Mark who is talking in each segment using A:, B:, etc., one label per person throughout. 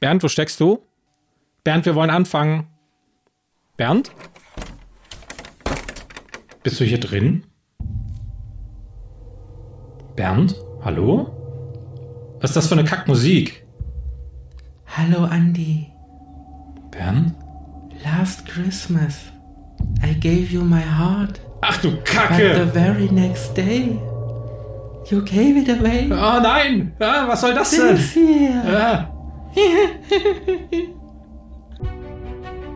A: Bernd, wo steckst du? Bernd, wir wollen anfangen. Bernd? Bist du hier drin? Bernd? Hallo? Was ist das für eine Kackmusik?
B: Hallo Andy.
A: Bernd?
B: Last Christmas, I gave you my heart,
A: Ach du
B: but the
A: Kacke!
B: very next day, you gave it away.
A: Oh nein! Ah, was soll das denn?
B: Sing's here.
A: Ah.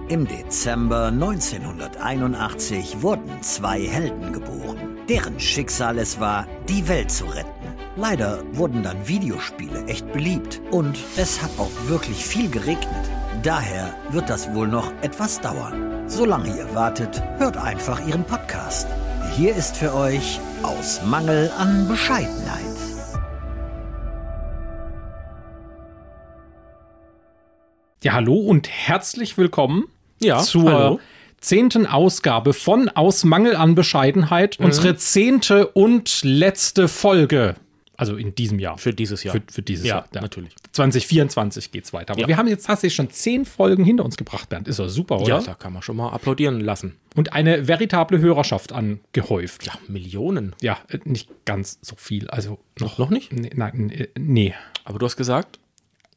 C: Im Dezember 1981 wurden zwei Helden geboren, deren Schicksal es war, die Welt zu retten. Leider wurden dann Videospiele echt beliebt und es hat auch wirklich viel geregnet. Daher wird das wohl noch etwas dauern. Solange ihr wartet, hört einfach ihren Podcast. Hier ist für euch aus Mangel an Bescheidenheit.
A: Ja, hallo und herzlich willkommen
D: Ja, hallo.
A: zur zehnten Ausgabe von Aus Mangel an Bescheidenheit,
D: Mhm.
A: unsere zehnte und letzte Folge. Also in diesem Jahr.
D: Für dieses Jahr.
A: Für, für dieses
D: Ja,
A: Jahr.
D: natürlich.
A: 2024 geht es weiter. Aber
D: Ja.
A: wir haben jetzt tatsächlich schon zehn Folgen hinter uns gebracht, Bernd. Ist doch super,
D: ja,
A: oder?
D: Oh, da kann man schon mal applaudieren lassen.
A: Und eine veritable Hörerschaft angehäuft.
D: Ja, Millionen.
A: Ja, äh, nicht ganz so viel. Also noch.
D: Noch nicht?
A: Nee, nein, äh, nee.
D: Aber du hast gesagt,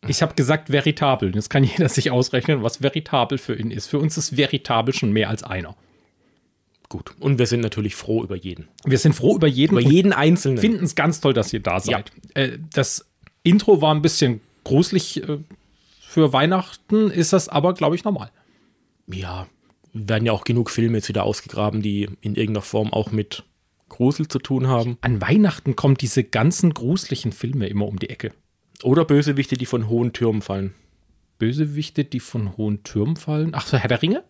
A: Ich habe gesagt veritabel. Jetzt kann jeder sich ausrechnen, was veritabel für ihn ist. Für uns ist veritabel schon mehr als einer.
D: gut. Und wir sind natürlich froh über jeden.
A: Wir sind froh über jeden.
D: Über
A: und
D: jeden Einzelnen.
A: finden es ganz toll, dass ihr da seid. Äh, das Intro war ein bisschen gruselig äh, für Weihnachten, ist das aber, glaube ich, normal.
D: ja, werden ja auch genug Filme jetzt wieder ausgegraben, die in irgendeiner Form auch mit Grusel zu tun haben.
A: An Weihnachten kommen diese ganzen gruseligen Filme immer um die Ecke.
D: Oder Bösewichte, die von hohen Türmen fallen.
A: Bösewichte, die von hohen Türmen fallen. Ach so, Herr der Ringe?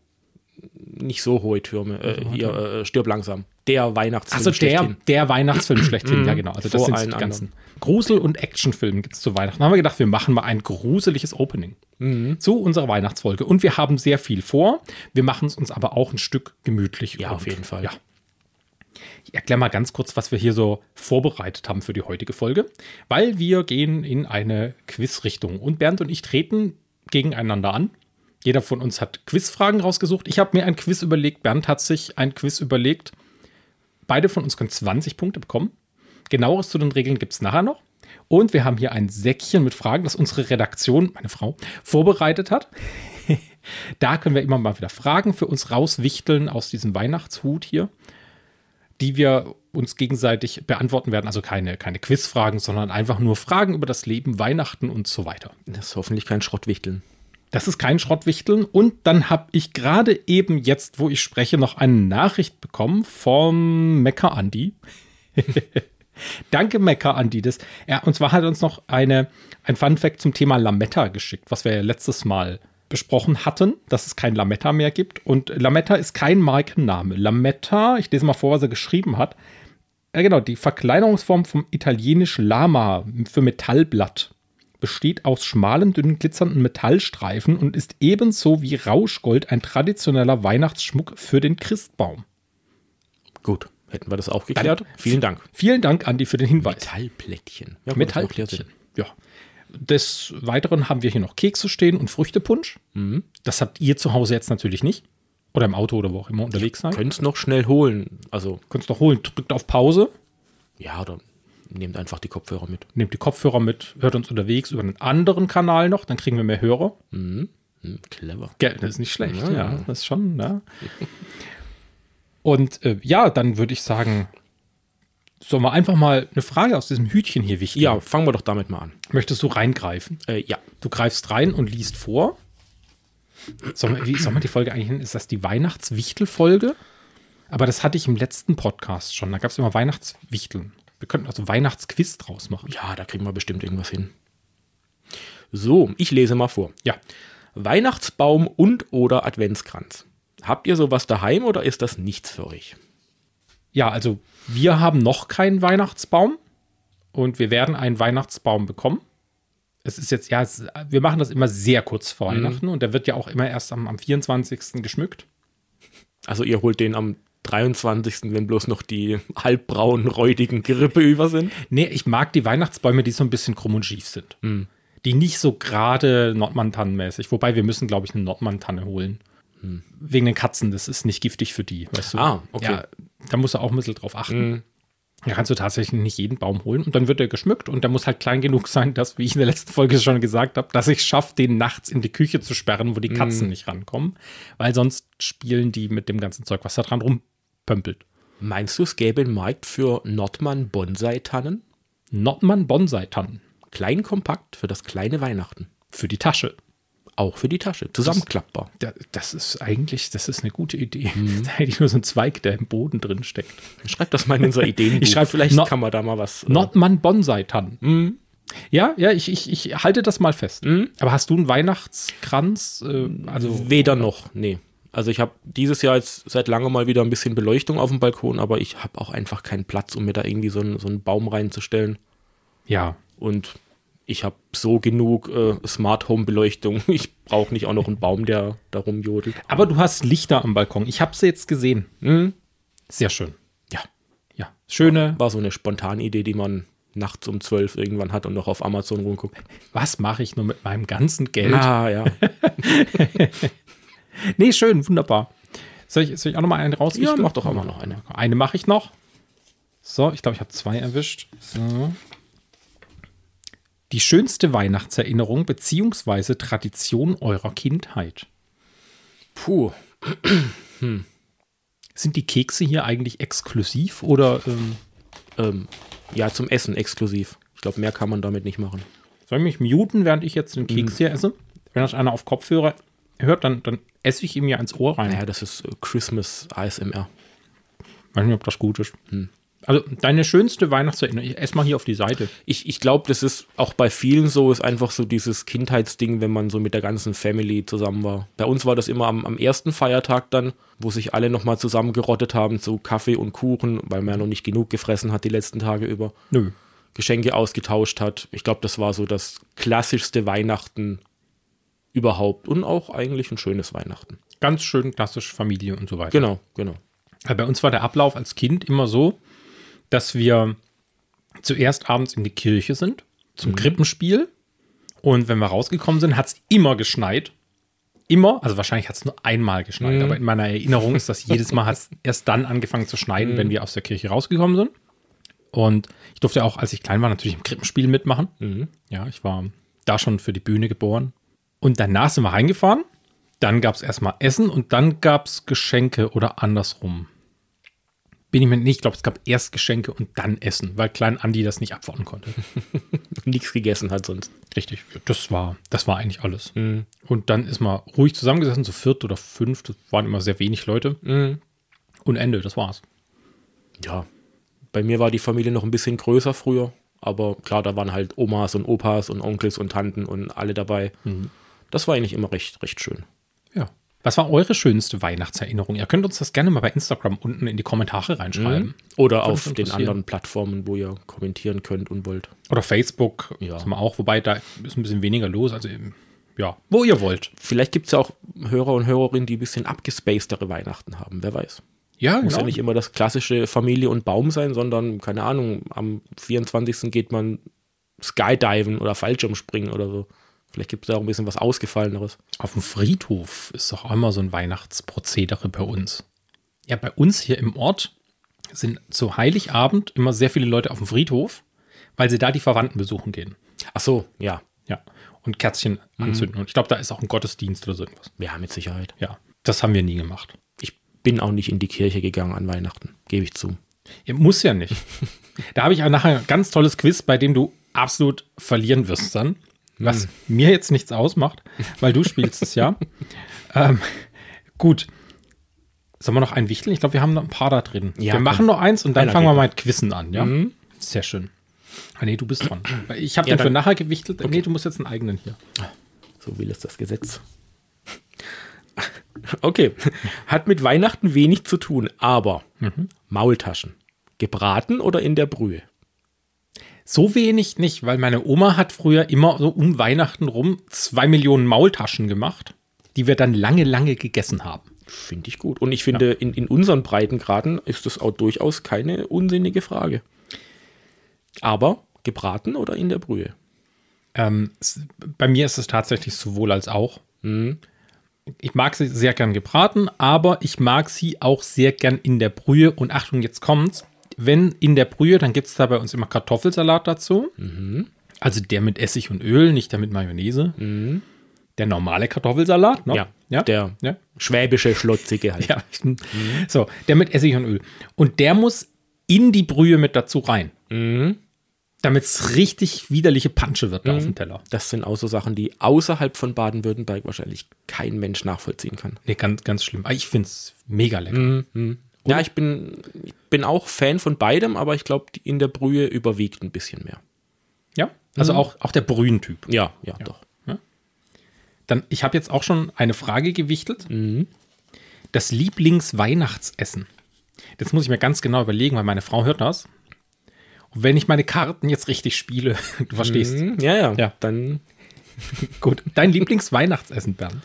D: Nicht so hohe Türme. Äh, hier, äh, stirb langsam. Der Weihnachtsfilm.
A: Also der,
D: schlechthin.
A: der Weihnachtsfilm schlechthin, ja genau. Also das
D: Mhm. Vor
A: sind so
D: allen
A: die ganzen Grusel- und Actionfilmen gibt es zu Weihnachten. Da haben wir gedacht, wir machen mal ein gruseliges Opening
D: Mhm.
A: zu unserer Weihnachtsfolge. Und wir haben sehr viel vor. Wir machen es uns aber auch ein Stück gemütlich.
D: Ja,
A: und,
D: auf jeden Fall.
A: Ja. Ich erkläre mal ganz kurz, was wir hier so vorbereitet haben für die heutige Folge, weil wir gehen in eine Quizrichtung und Bernd und ich treten gegeneinander an. Jeder von uns hat Quizfragen rausgesucht. Ich habe mir ein Quiz überlegt. Bernd hat sich ein Quiz überlegt. Beide von uns können 20 Punkte bekommen. Genaueres zu den Regeln gibt es nachher noch. Und wir haben hier ein Säckchen mit Fragen, das unsere Redaktion, meine Frau, vorbereitet hat. da können wir immer mal wieder Fragen für uns rauswichteln aus diesem Weihnachtshut hier, die wir uns gegenseitig beantworten werden. Also keine, keine Quizfragen, sondern einfach nur Fragen über das Leben, Weihnachten und so weiter.
D: Das ist hoffentlich kein Schrottwichteln.
A: Das ist kein Schrottwichteln. Und dann habe ich gerade eben jetzt, wo ich spreche, noch eine Nachricht bekommen vom Mecker Andi. Danke, Mecker Andi. Das, ja, und zwar hat er uns noch eine, ein Funfact zum Thema Lametta geschickt, was wir ja letztes Mal besprochen hatten, dass es kein Lametta mehr gibt. Und Lametta ist kein Markenname. Lametta, ich lese mal vor, was er geschrieben hat. Ja, genau, die Verkleinerungsform vom italienisch Lama für Metallblatt besteht aus schmalen, dünnen, glitzernden Metallstreifen und ist ebenso wie Rauschgold ein traditioneller Weihnachtsschmuck für den Christbaum.
D: Gut, hätten wir das auch geklärt. Vielen Dank.
A: Vielen Dank, Andi, für den Hinweis.
D: Metallplättchen. Ja, gut, das macht ja
A: Metallplättchen.
D: Sinn.
A: Ja. Des Weiteren haben wir hier noch Kekse stehen und Früchtepunsch.
D: Mhm.
A: Das habt ihr zu Hause jetzt natürlich nicht. Oder im Auto oder wo auch immer unterwegs sein.
D: Könnt's noch schnell holen. Also,
A: Könnt ihr noch holen. Drückt auf Pause,
D: ja, oder nehmt einfach die Kopfhörer mit.
A: nehmt die Kopfhörer mit, hört uns unterwegs über einen anderen Kanal noch, dann kriegen wir mehr Hörer.
D: Hm, clever.
A: Geld ist nicht schlecht, ja, das ist schon, ne? Und äh, ja, dann würde ich sagen, sollen wir einfach mal eine Frage aus diesem Hütchen hier wichtig.
D: Ja, fangen wir doch damit mal an.
A: Möchtest du reingreifen?
D: Äh, ja,
A: Du greifst rein und liest vor. Sollen wir, wie soll man die Folge eigentlich nennen? Ist das die Weihnachtswichtel-Folge? Aber das hatte ich im letzten Podcast schon. Da gab es immer Weihnachtswichteln. Wir könnten also Weihnachtsquiz draus machen.
D: ja, da kriegen wir bestimmt irgendwas hin. So, ich lese mal vor.
A: Ja,
D: Weihnachtsbaum und oder Adventskranz. Habt ihr sowas daheim oder ist das nichts für euch?
A: Ja, also wir haben noch keinen Weihnachtsbaum und wir werden einen Weihnachtsbaum bekommen. Es ist jetzt, ja, es, wir machen das immer sehr kurz vor Weihnachten und der wird ja auch immer erst am, am 24. geschmückt.
D: Also ihr holt den am 23., wenn bloß noch die halbbraunen, räudigen Gerippe über sind. Hm.
A: Nee, ich mag die Weihnachtsbäume, die so ein bisschen krumm und schief sind. die nicht so gerade Nordmantannen-mäßig. Wobei wir müssen, glaube ich, eine Nordmantanne holen. Wegen den Katzen, das ist nicht giftig für die. Weißt du?
D: Hm. Ah, okay. Hm.
A: Ja, da musst du auch ein bisschen drauf achten. Da kannst du tatsächlich nicht jeden Baum holen und dann wird er geschmückt und der muss halt klein genug sein, dass, wie ich in der letzten Folge schon gesagt habe, dass ich schaffe, den nachts in die Küche zu sperren, wo die
D: Hm.
A: Katzen nicht rankommen, weil sonst spielen die mit dem ganzen Zeug, was da dran rumpömpelt.
D: Meinst du, es gäbe einen Markt für Nordmann Bonsai-Tannen?
A: Nordmann Bonsai-Tannen
D: Klein kompakt für das kleine Weihnachten.
A: für die Tasche.
D: Auch für die Tasche. Zusammenklappbar.
A: Da- Das ist eigentlich, das ist eine gute Idee. Da hätte ich nur so einen Zweig, der im Boden drin steckt.
D: Schreibt das mal in unser Ideenbuch.
A: Ich schreib
D: vielleicht
A: Nord-
D: kann man da mal was. äh,
A: Nordmann Bonsai-Tannen. Ja, ja, ich, ich, ich halte das mal fest. Aber hast du einen Weihnachtskranz? Äh, also
D: Weder noch, nee. Also ich habe dieses Jahr jetzt seit langem mal wieder ein bisschen Beleuchtung auf dem Balkon, aber ich habe auch einfach keinen Platz, um mir da irgendwie so einen, so einen Baum reinzustellen.
A: ja,
D: Und ich habe so genug äh, Smart Home Beleuchtung. Ich brauche nicht auch noch einen Baum, der da rumjodelt.
A: aber du hast Lichter am Balkon. Ich habe sie jetzt gesehen. Sehr schön.
D: Ja,
A: Ja, schöne.
D: war so eine spontane Idee, die man nachts um zwölf irgendwann hat und noch auf Amazon rumguckt.
A: Was mache ich nur mit meinem ganzen Geld?
D: Ah ja,
A: Nee, schön, wunderbar. Soll ich, soll ich auch noch mal einen rausrichten?
D: Ja, mach doch auch mal noch eine.
A: Eine mache ich noch. So, ich glaube, ich habe zwei erwischt. So. Die schönste Weihnachtserinnerung beziehungsweise Tradition eurer Kindheit.
D: puh.
A: Sind die Kekse hier eigentlich exklusiv oder ähm,
D: Ähm, ja, zum Essen exklusiv. Ich glaube, mehr kann man damit nicht machen.
A: soll ich mich muten, während ich
D: Mhm.
A: jetzt den Keks hier esse? Wenn das einer auf Kopfhörer hört, dann, dann esse ich ihm ja ins Ohr rein.
D: Naja, das ist äh, Christmas ASMR.
A: Weiß nicht, ob das gut ist.
D: Hm.
A: Also, deine schönste Weihnachtserinnerung. Ich esse mal hier auf die Seite.
D: ich, ich glaube, das ist auch bei vielen so, ist einfach so dieses Kindheitsding, wenn man so mit der ganzen Family zusammen war. Bei uns war das immer am, am ersten Feiertag dann, wo sich alle nochmal zusammengerottet haben zu Kaffee und Kuchen, weil man ja noch nicht genug gefressen hat die letzten Tage über.
A: Nö.
D: Geschenke ausgetauscht hat. Ich glaube, das war so das klassischste Weihnachten überhaupt und auch eigentlich ein schönes Weihnachten.
A: Ganz schön klassisch Familie und so weiter.
D: Genau, genau.
A: Aber Bei uns war der Ablauf als Kind immer so, dass wir zuerst abends in die Kirche sind zum Krippenspiel. Und wenn wir rausgekommen sind, hat es immer geschneit. Immer, also wahrscheinlich hat es nur einmal geschneit, aber in meiner Erinnerung ist das jedes Mal hat es erst dann angefangen zu schneien, wenn wir aus der Kirche rausgekommen sind. Und ich durfte auch, als ich klein war, natürlich im Krippenspiel mitmachen. Ja, ich war da schon für die Bühne geboren. Und danach sind wir reingefahren. Dann gab es erstmal Essen und dann gab es Geschenke oder andersrum. Bin ich mir nicht, ich glaube, es gab erst Geschenke und dann Essen, weil Klein Andi das nicht abwarten konnte.
D: Nichts gegessen hat sonst.
A: Richtig. Mhm. Das war, das war eigentlich alles. Und dann ist man ruhig zusammengesessen, so viert oder fünf, das waren immer sehr wenig Leute. Und Ende, das war's.
D: ja, bei mir war die Familie noch ein bisschen größer früher, aber klar, da waren halt Omas und Opas und Onkels und Tanten und alle dabei. Das war eigentlich immer recht, recht schön.
A: Ja. Was war eure schönste Weihnachtserinnerung? Ihr könnt uns das gerne mal bei Instagram unten in die Kommentare reinschreiben.
D: Oder
A: Würde
D: auf
A: mich
D: den
A: interessieren.
D: anderen Plattformen, wo ihr kommentieren könnt und wollt.
A: Oder Facebook
D: Ja.
A: sind wir auch, wobei da ist ein bisschen weniger los. Also eben, ja, wo ihr wollt.
D: Vielleicht gibt es ja auch Hörer und Hörerinnen, die ein bisschen abgespacedere Weihnachten haben, wer weiß.
A: Ja, genau.
D: Muss ja nicht immer das klassische Familie und Baum sein, sondern, keine Ahnung, am 24. geht man Skydiven oder Fallschirmspringen oder so. Vielleicht gibt es da auch ein bisschen was Ausgefalleneres.
A: Auf dem Friedhof ist doch auch immer so ein Weihnachtsprozedere bei uns. Ja, bei uns hier im Ort sind zu Heiligabend immer sehr viele Leute auf dem Friedhof, weil sie da die Verwandten besuchen gehen.
D: Ach so, ja.
A: Ja. Und Kerzchen anzünden. Und ich glaube, da ist auch ein Gottesdienst oder so irgendwas.
D: Ja, mit Sicherheit.
A: Ja. Das haben wir nie gemacht.
D: ich bin auch nicht in die Kirche gegangen an Weihnachten, gebe ich zu.
A: Ja, muss ja nicht. da habe ich auch nachher ein ganz tolles Quiz, bei dem du absolut verlieren wirst dann. Was
D: Hm.
A: mir jetzt nichts ausmacht, weil du spielst es ja. ähm, gut. Sollen wir noch einen wichteln? Ich glaube, wir haben noch ein paar da drin.
D: Ja,
A: wir
D: komm.
A: machen noch eins und dann
D: Einer
A: fangen wir
D: geht Mhm.
A: mal mit Quizzen an, ja? Sehr schön. Ah, nee, du bist dran. Weil Ich habe
D: Ja,
A: den für
D: dann-
A: nachher gewichtelt. Nee, du musst jetzt einen eigenen hier.
D: So will es das Gesetz. Okay, hat mit Weihnachten wenig zu tun, aber Maultaschen. Gebraten oder in der Brühe?
A: So wenig nicht, weil meine Oma hat früher immer so um Weihnachten rum zwei Millionen Maultaschen gemacht, die wir dann lange, lange gegessen haben.
D: Finde ich gut. Und ich finde, in, in unseren Breitengraden ist das auch durchaus keine unsinnige Frage. Aber gebraten oder in der Brühe?
A: Ähm, s- bei mir ist es tatsächlich sowohl als auch.
D: Mhm.
A: Ich mag sie sehr gern gebraten, aber ich mag sie auch sehr gern in der Brühe. Und Achtung, jetzt kommt's. Wenn in der Brühe, dann gibt's da bei uns immer Kartoffelsalat dazu.
D: Mhm.
A: Also der mit Essig und Öl, nicht der mit Mayonnaise. Der normale Kartoffelsalat, ne?
D: Mhm. Ja,
A: ja.
D: der-
A: ja.
D: Schwäbische Schlotzige halt.
A: Ja, so, der mit Essig und Öl. Und der muss in die Brühe mit dazu rein.
D: Mhm.
A: Damit es richtig widerliche Pansche wird da auf dem Teller.
D: Das sind auch so Sachen, die außerhalb von Baden-Württemberg wahrscheinlich kein Mensch nachvollziehen kann.
A: Nee, ganz, ganz schlimm. Aber Ich finde es mega lecker.
D: Ja, ich bin, ich bin auch Fan von beidem, aber ich glaube, die in der Brühe überwiegt ein bisschen mehr.
A: Ja. Also auch, auch der Brühentyp.
D: Ja, ja, doch.
A: Dann, ich habe jetzt auch schon eine Frage gewichtelt. Das Lieblingsweihnachtsessen. Das muss ich mir ganz genau überlegen, weil meine Frau hört das. Und wenn ich meine Karten jetzt richtig spiele, du verstehst.
D: Hm, Ja, ja,
A: Ja.
D: Dann,
A: Gut. Dein Lieblingsweihnachtsessen, Bernd.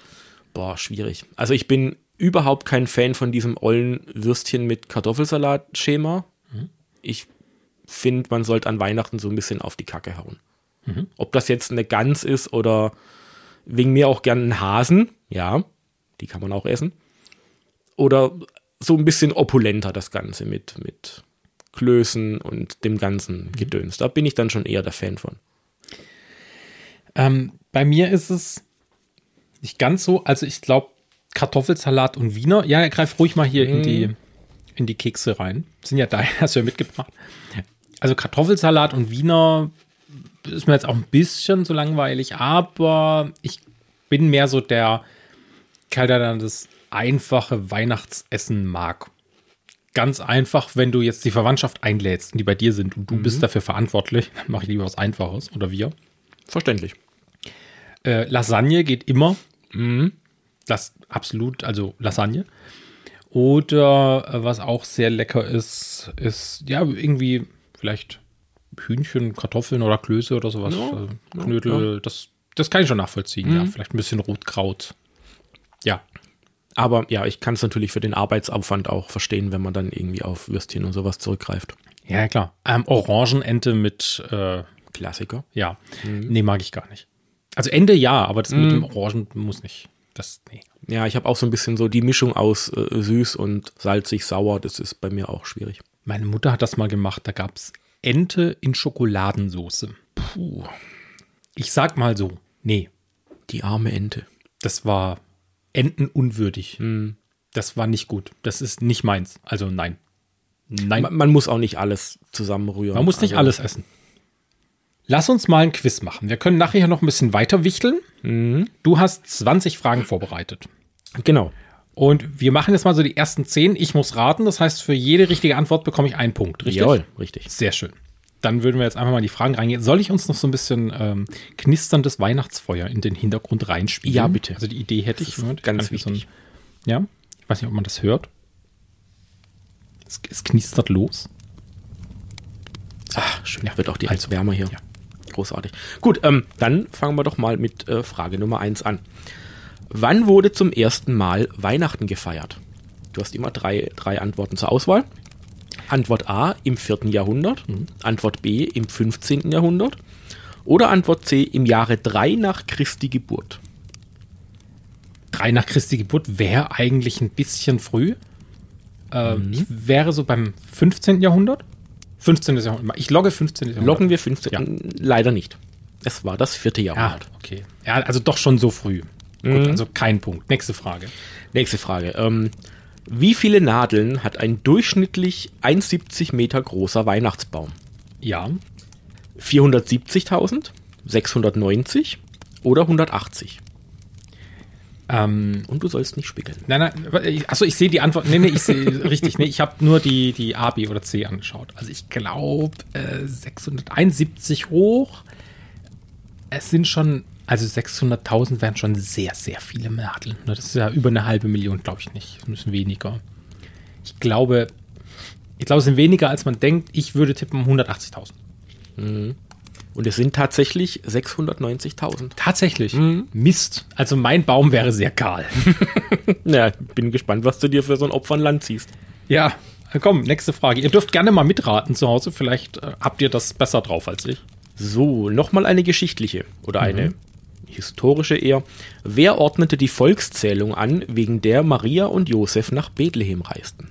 D: boah, schwierig. Also ich bin überhaupt kein Fan von diesem ollen Würstchen mit Kartoffelsalat-Schema. Ich finde, man sollte an Weihnachten so ein bisschen auf die Kacke hauen. Ob das jetzt eine Gans ist oder wegen mir auch gern einen Hasen, ja, die kann man auch essen. Oder so ein bisschen opulenter das Ganze mit, mit Klößen und dem ganzen Gedöns. Da bin ich dann schon eher der Fan von.
A: Ähm, bei mir ist es nicht ganz so. Also ich glaube, Kartoffelsalat und Wiener. Ja, greif ruhig mal hier in, die, in die Kekse rein. Sind ja da, hast du ja mitgebracht. Also Kartoffelsalat und Wiener ist mir jetzt auch ein bisschen so langweilig, aber ich bin mehr so der Kerl, der dann das einfache Weihnachtsessen mag. Ganz einfach, wenn du jetzt die Verwandtschaft einlädst und die bei dir sind und du bist dafür verantwortlich, dann mache ich lieber was Einfaches oder wir.
D: Verständlich.
A: Äh, Lasagne geht immer. Mhm. Das absolut, also Lasagne. Oder äh, was auch sehr lecker ist, ist ja irgendwie vielleicht Hühnchen, Kartoffeln oder Klöße oder sowas. also Knödel, Das, das kann ich schon nachvollziehen. Ja, vielleicht ein bisschen Rotkraut. Ja,
D: Aber ja, ich kann es natürlich für den Arbeitsaufwand auch verstehen, wenn man dann irgendwie auf Würstchen und sowas zurückgreift.
A: ja klar. Ähm, Orangenente mit, äh,
D: Klassiker.
A: ja, nee, mag ich gar nicht. Also Ende ja, aber das mit dem Orangen muss nicht. Das, nee.
D: Ja, ich habe auch so ein bisschen so die Mischung aus äh, süß und salzig, sauer. Das ist bei mir auch schwierig.
A: Meine Mutter hat das mal gemacht. Da gab es Ente in Schokoladensoße. Puh. Ich sag mal so, nee,
D: Die arme Ente.
A: das war entenunwürdig. Das war nicht gut. Das ist nicht meins. Also nein. Nein,
D: Man, man muss auch nicht alles zusammenrühren.
A: man muss nicht
D: Also,
A: alles essen. Lass uns mal ein Quiz machen. Wir können nachher noch ein bisschen weiter wichteln. Du hast 20 Fragen vorbereitet.
D: Genau.
A: Und wir machen jetzt mal so die ersten 10. Ich muss raten. Das heißt, für jede richtige Antwort bekomme ich einen Punkt. Richtig?
D: Jawohl, richtig.
A: Sehr schön. Dann würden wir jetzt einfach mal in die Fragen reingehen. Soll ich uns noch so ein bisschen ähm, knisterndes Weihnachtsfeuer in den Hintergrund reinspielen?
D: Ja, bitte.
A: Also die Idee hätte ich.
D: ist
A: Moment, ich
D: ganz
A: kann hier
D: wichtig.
A: So ein, ja, ich weiß nicht, ob man das hört. Es, es knistert los.
D: Ach, schön.
A: Ja,
D: Wird auch direkt
A: also,
D: wärmer hier.
A: ja.
D: Großartig. Gut, ähm, dann fangen wir doch mal mit äh, Frage Nummer 1 an. Wann wurde zum ersten Mal Weihnachten gefeiert? Du hast immer drei, drei Antworten zur Auswahl. Antwort A im 4. Jahrhundert,
A: Mhm.
D: Antwort B im 15. Jahrhundert oder Antwort C im Jahre 3 nach Christi Geburt.
A: Drei nach Christi Geburt wäre eigentlich ein bisschen früh. Ähm,
D: Mhm.
A: Ich wäre so beim 15. Jahrhundert. 15. Jahrhundert. Ich logge 15. Jahrhundert.
D: Loggen wir 15.
A: Ja.
D: Leider nicht. Es war das vierte
A: Ja,
D: Jahrhundert.
A: Ah, okay. Ja, also doch schon so früh. Gut, also kein Punkt. Nächste Frage.
D: Nächste Frage. Ähm, wie viele Nadeln hat ein durchschnittlich 1,70 Meter großer Weihnachtsbaum?
A: Ja,
D: 470.000, 690 oder 180?
A: Ähm,
D: Und du sollst nicht spiegeln.
A: nein, nein, aber ich- achso, ich sehe die Antwort. Nee, nee, ich sehe richtig. Nee, ich habe nur die, die A, B oder C angeschaut. Also ich glaube äh, 671 hoch. Es sind schon, also 600.000 wären schon sehr, sehr viele Nadeln. ne? Das ist ja über eine halbe Million, glaube ich nicht. Es müssen weniger. Ich glaube, ich glaube, es sind weniger, als man denkt. Ich würde tippen 180.000.
D: Und es sind tatsächlich 690.000.
A: Tatsächlich. Mist. Also mein Baum wäre sehr kahl.
D: Na, bin gespannt, was du dir für so ein Opfernland ziehst.
A: Ja, komm, nächste Frage. Ihr dürft gerne mal mitraten zu Hause. Vielleicht äh, habt ihr das besser drauf als ich.
D: So, nochmal eine geschichtliche oder eine historische eher. Wer ordnete die Volkszählung an, wegen der Maria und Josef nach Bethlehem reisten?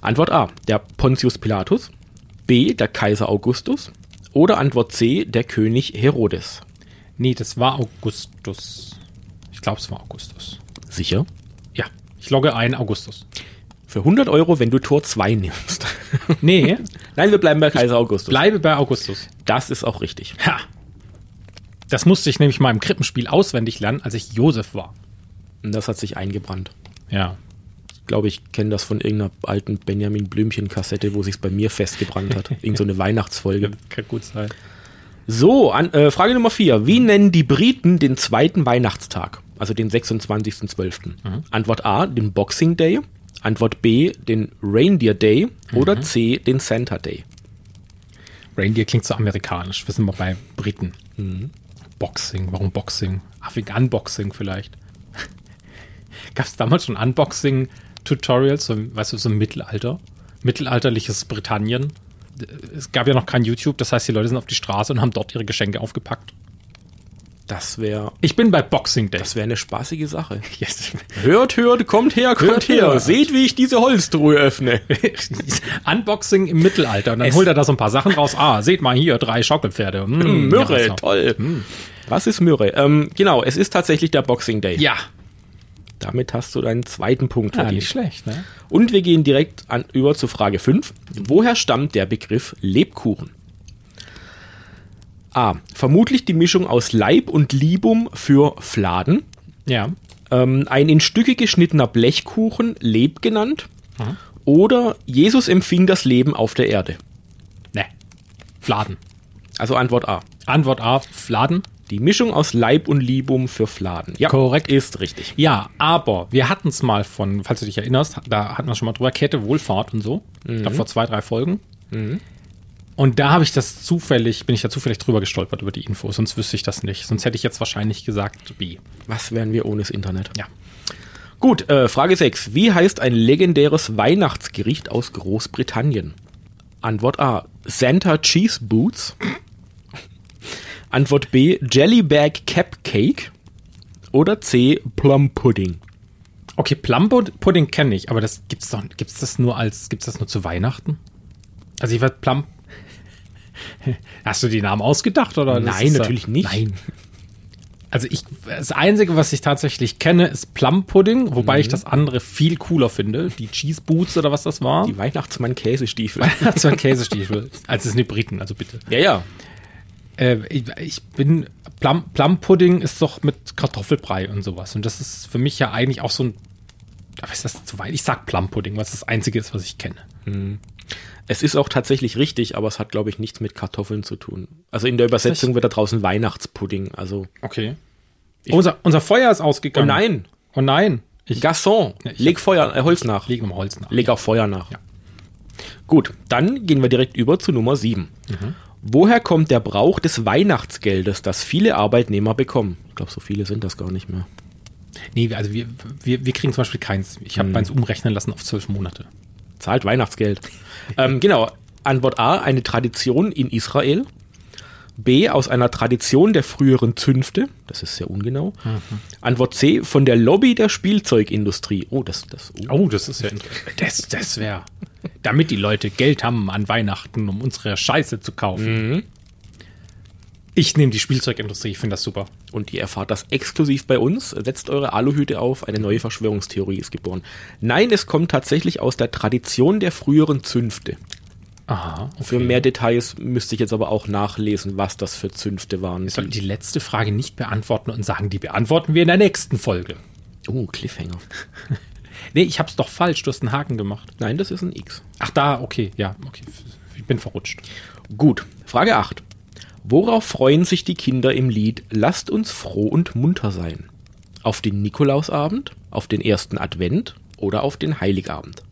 D: Antwort A, der Pontius Pilatus. B, der Kaiser Augustus. Oder Antwort C, der König Herodes.
A: Nee, das war Augustus. Ich glaube, es war Augustus.
D: Sicher?
A: Ja, ich logge ein Augustus.
D: Für 100 Euro, wenn du Tor 2 nimmst.
A: Nee,
D: Nein, wir bleiben bei Kaiser Augustus.
A: bleibe bei Augustus.
D: Das ist auch richtig.
A: Ha! Das musste ich nämlich mal im Krippenspiel auswendig lernen, als ich Josef war.
D: Und das hat sich eingebrannt.
A: Ja.
D: Ich glaube, ich kenne das von irgendeiner alten Benjamin Blümchen-Kassette, wo sich's bei mir festgebrannt hat. Irgend so eine Weihnachtsfolge.
A: Kann gut sein.
D: So, an, äh, Frage Nummer 4. Wie nennen die Briten den zweiten Weihnachtstag, also den 26.12.?
A: Mhm.
D: Antwort A, den Boxing Day. Antwort B, den Reindeer Day.
A: Mhm.
D: Oder C, den Santa Day.
A: Reindeer klingt so amerikanisch, wissen wir bei Briten. Mhm. Boxing, warum Boxing? Ach, wegen Unboxing vielleicht. Gab es damals schon Unboxing-Tutorials, so, weißt du, so im Mittelalter? Mittelalterliches Britannien. Es gab ja noch kein YouTube, das heißt, die Leute sind auf die Straße und haben dort ihre Geschenke aufgepackt.
D: Das wäre
A: Ich bin bei Boxing Day.
D: das wär eine spaßige Sache.
A: Yes.
D: Hört, hört, kommt her, kommt
A: Hört,
D: her.
A: hört.
D: Seht, wie ich diese Holztruhe öffne.
A: Unboxing im Mittelalter. Und dann
D: Es-
A: holt er da so ein paar Sachen raus. Ah, seht mal hier, drei Schaukelpferde. Mm,
D: Myrrhe,
A: ja, Hm.
D: toll. Was ist Myrrhe? Ähm, genau, es ist tatsächlich der Boxing Day.
A: Ja.
D: Damit hast du deinen zweiten Punkt
A: ja,
D: verdient.
A: nicht schlecht, ne?
D: Und wir gehen direkt an, über zu Frage 5. Woher stammt der Begriff Lebkuchen? A. Vermutlich die Mischung aus Leib und Libum für Fladen.
A: Ja.
D: Ähm, ein in Stücke geschnittener Blechkuchen, Leb genannt. Oder Jesus empfing das Leben auf der Erde.
A: Ne. Fladen.
D: Also Antwort A.
A: Antwort A, Fladen.
D: Die Mischung aus Leib und Libum für Fladen. Ja,
A: Korrekt.
D: Ist richtig.
A: Ja, aber wir hatten es mal von, falls du dich erinnerst, da hatten wir schon mal drüber, Kette Wohlfahrt und so. Ich glaube, vor zwei, drei Folgen. Und da habe ich das zufällig, bin ich da zufällig drüber gestolpert über die Info, sonst wüsste ich das nicht. Sonst hätte ich jetzt wahrscheinlich gesagt B.
D: Was wären wir ohne das Internet?
A: Ja.
D: Gut, äh, Frage 6. Wie heißt ein legendäres Weihnachtsgericht aus Großbritannien? Antwort A. Santa Cheese Boots. Antwort B. Jellybag Cap Cake. Oder C. Plum Pudding.
A: Okay, Plum-Pudding kenne ich, aber das gibt's doch, gibt's das nur als, gibt's das nur zu Weihnachten? Also ich werde Plum... Hast du die Namen ausgedacht oder? das
D: Nein,
A: ist, äh,
D: natürlich nicht.
A: Nein. Also ich, das Einzige, was ich tatsächlich kenne, ist Plum-Pudding, wobei
D: Mhm.
A: ich das andere viel cooler finde. Die Cheese Boots oder was das war.
D: Die Weihnachtsmann-Käsestiefel.
A: Das waren Käsestiefel. Also es sind die Briten, also bitte.
D: ja, ja.
A: Äh, ich, ich bin, Plum, Plum-Pudding ist doch mit Kartoffelbrei und sowas. Und das ist für mich ja eigentlich auch so ein, aber ist das zu weit? Ich sag Plum-Pudding, weil es das Einzige ist, was ich kenne.
D: Es ist auch tatsächlich richtig, aber es hat, glaube ich, nichts mit Kartoffeln zu tun. Also in der Übersetzung wird da draußen Weihnachtspudding. Also,
A: Okay. unser, unser Feuer ist
D: oh
A: ausgegangen.
D: nein,
A: Oh nein. Ich
D: Garçon,
A: Ja, ich-
D: leg Feuer, äh, Holz nach.
A: lege im Holz nach.
D: Leg auch Feuer nach.
A: Ja.
D: Gut, dann gehen wir direkt über zu Nummer 7. Woher kommt der Brauch des Weihnachtsgeldes, das viele Arbeitnehmer bekommen? Ich glaube, so viele sind das gar nicht mehr.
A: Nee, also wir, wir, wir kriegen zum Beispiel keins. Ich habe meins umrechnen lassen auf zwölf Monate.
D: Zahlt Weihnachtsgeld. ähm, genau, Antwort A, eine Tradition in Israel. B, aus einer Tradition der früheren Zünfte. Das ist sehr ungenau. Antwort C, von der Lobby der Spielzeugindustrie. Oh, das, das, oh.
A: Oh, das ist ja. Das, das wäre. Damit die Leute Geld haben an Weihnachten, um unsere Scheiße zu kaufen. Ich nehme die Spielzeugindustrie, ich finde das super.
D: Und ihr erfahrt das exklusiv bei uns. Setzt eure Aluhüte auf, eine neue Verschwörungstheorie ist geboren. Nein, es kommt tatsächlich aus der Tradition der früheren Zünfte.
A: Aha.
D: Für mehr Details müsste ich jetzt aber auch nachlesen, was das für Zünfte waren.
A: Wir sollten die letzte Frage nicht beantworten und sagen, die beantworten wir in der nächsten Folge.
D: oh, Cliffhanger.
A: Nee, ich hab's doch falsch, du hast einen Haken gemacht.
D: Nein, das ist ein X.
A: Ach da, okay, ja, okay. Ich bin verrutscht.
D: Gut, Frage 8. Worauf freuen sich die Kinder im Lied Lasst uns froh und munter sein? Auf den Nikolausabend, auf den ersten Advent oder auf den Heiligabend?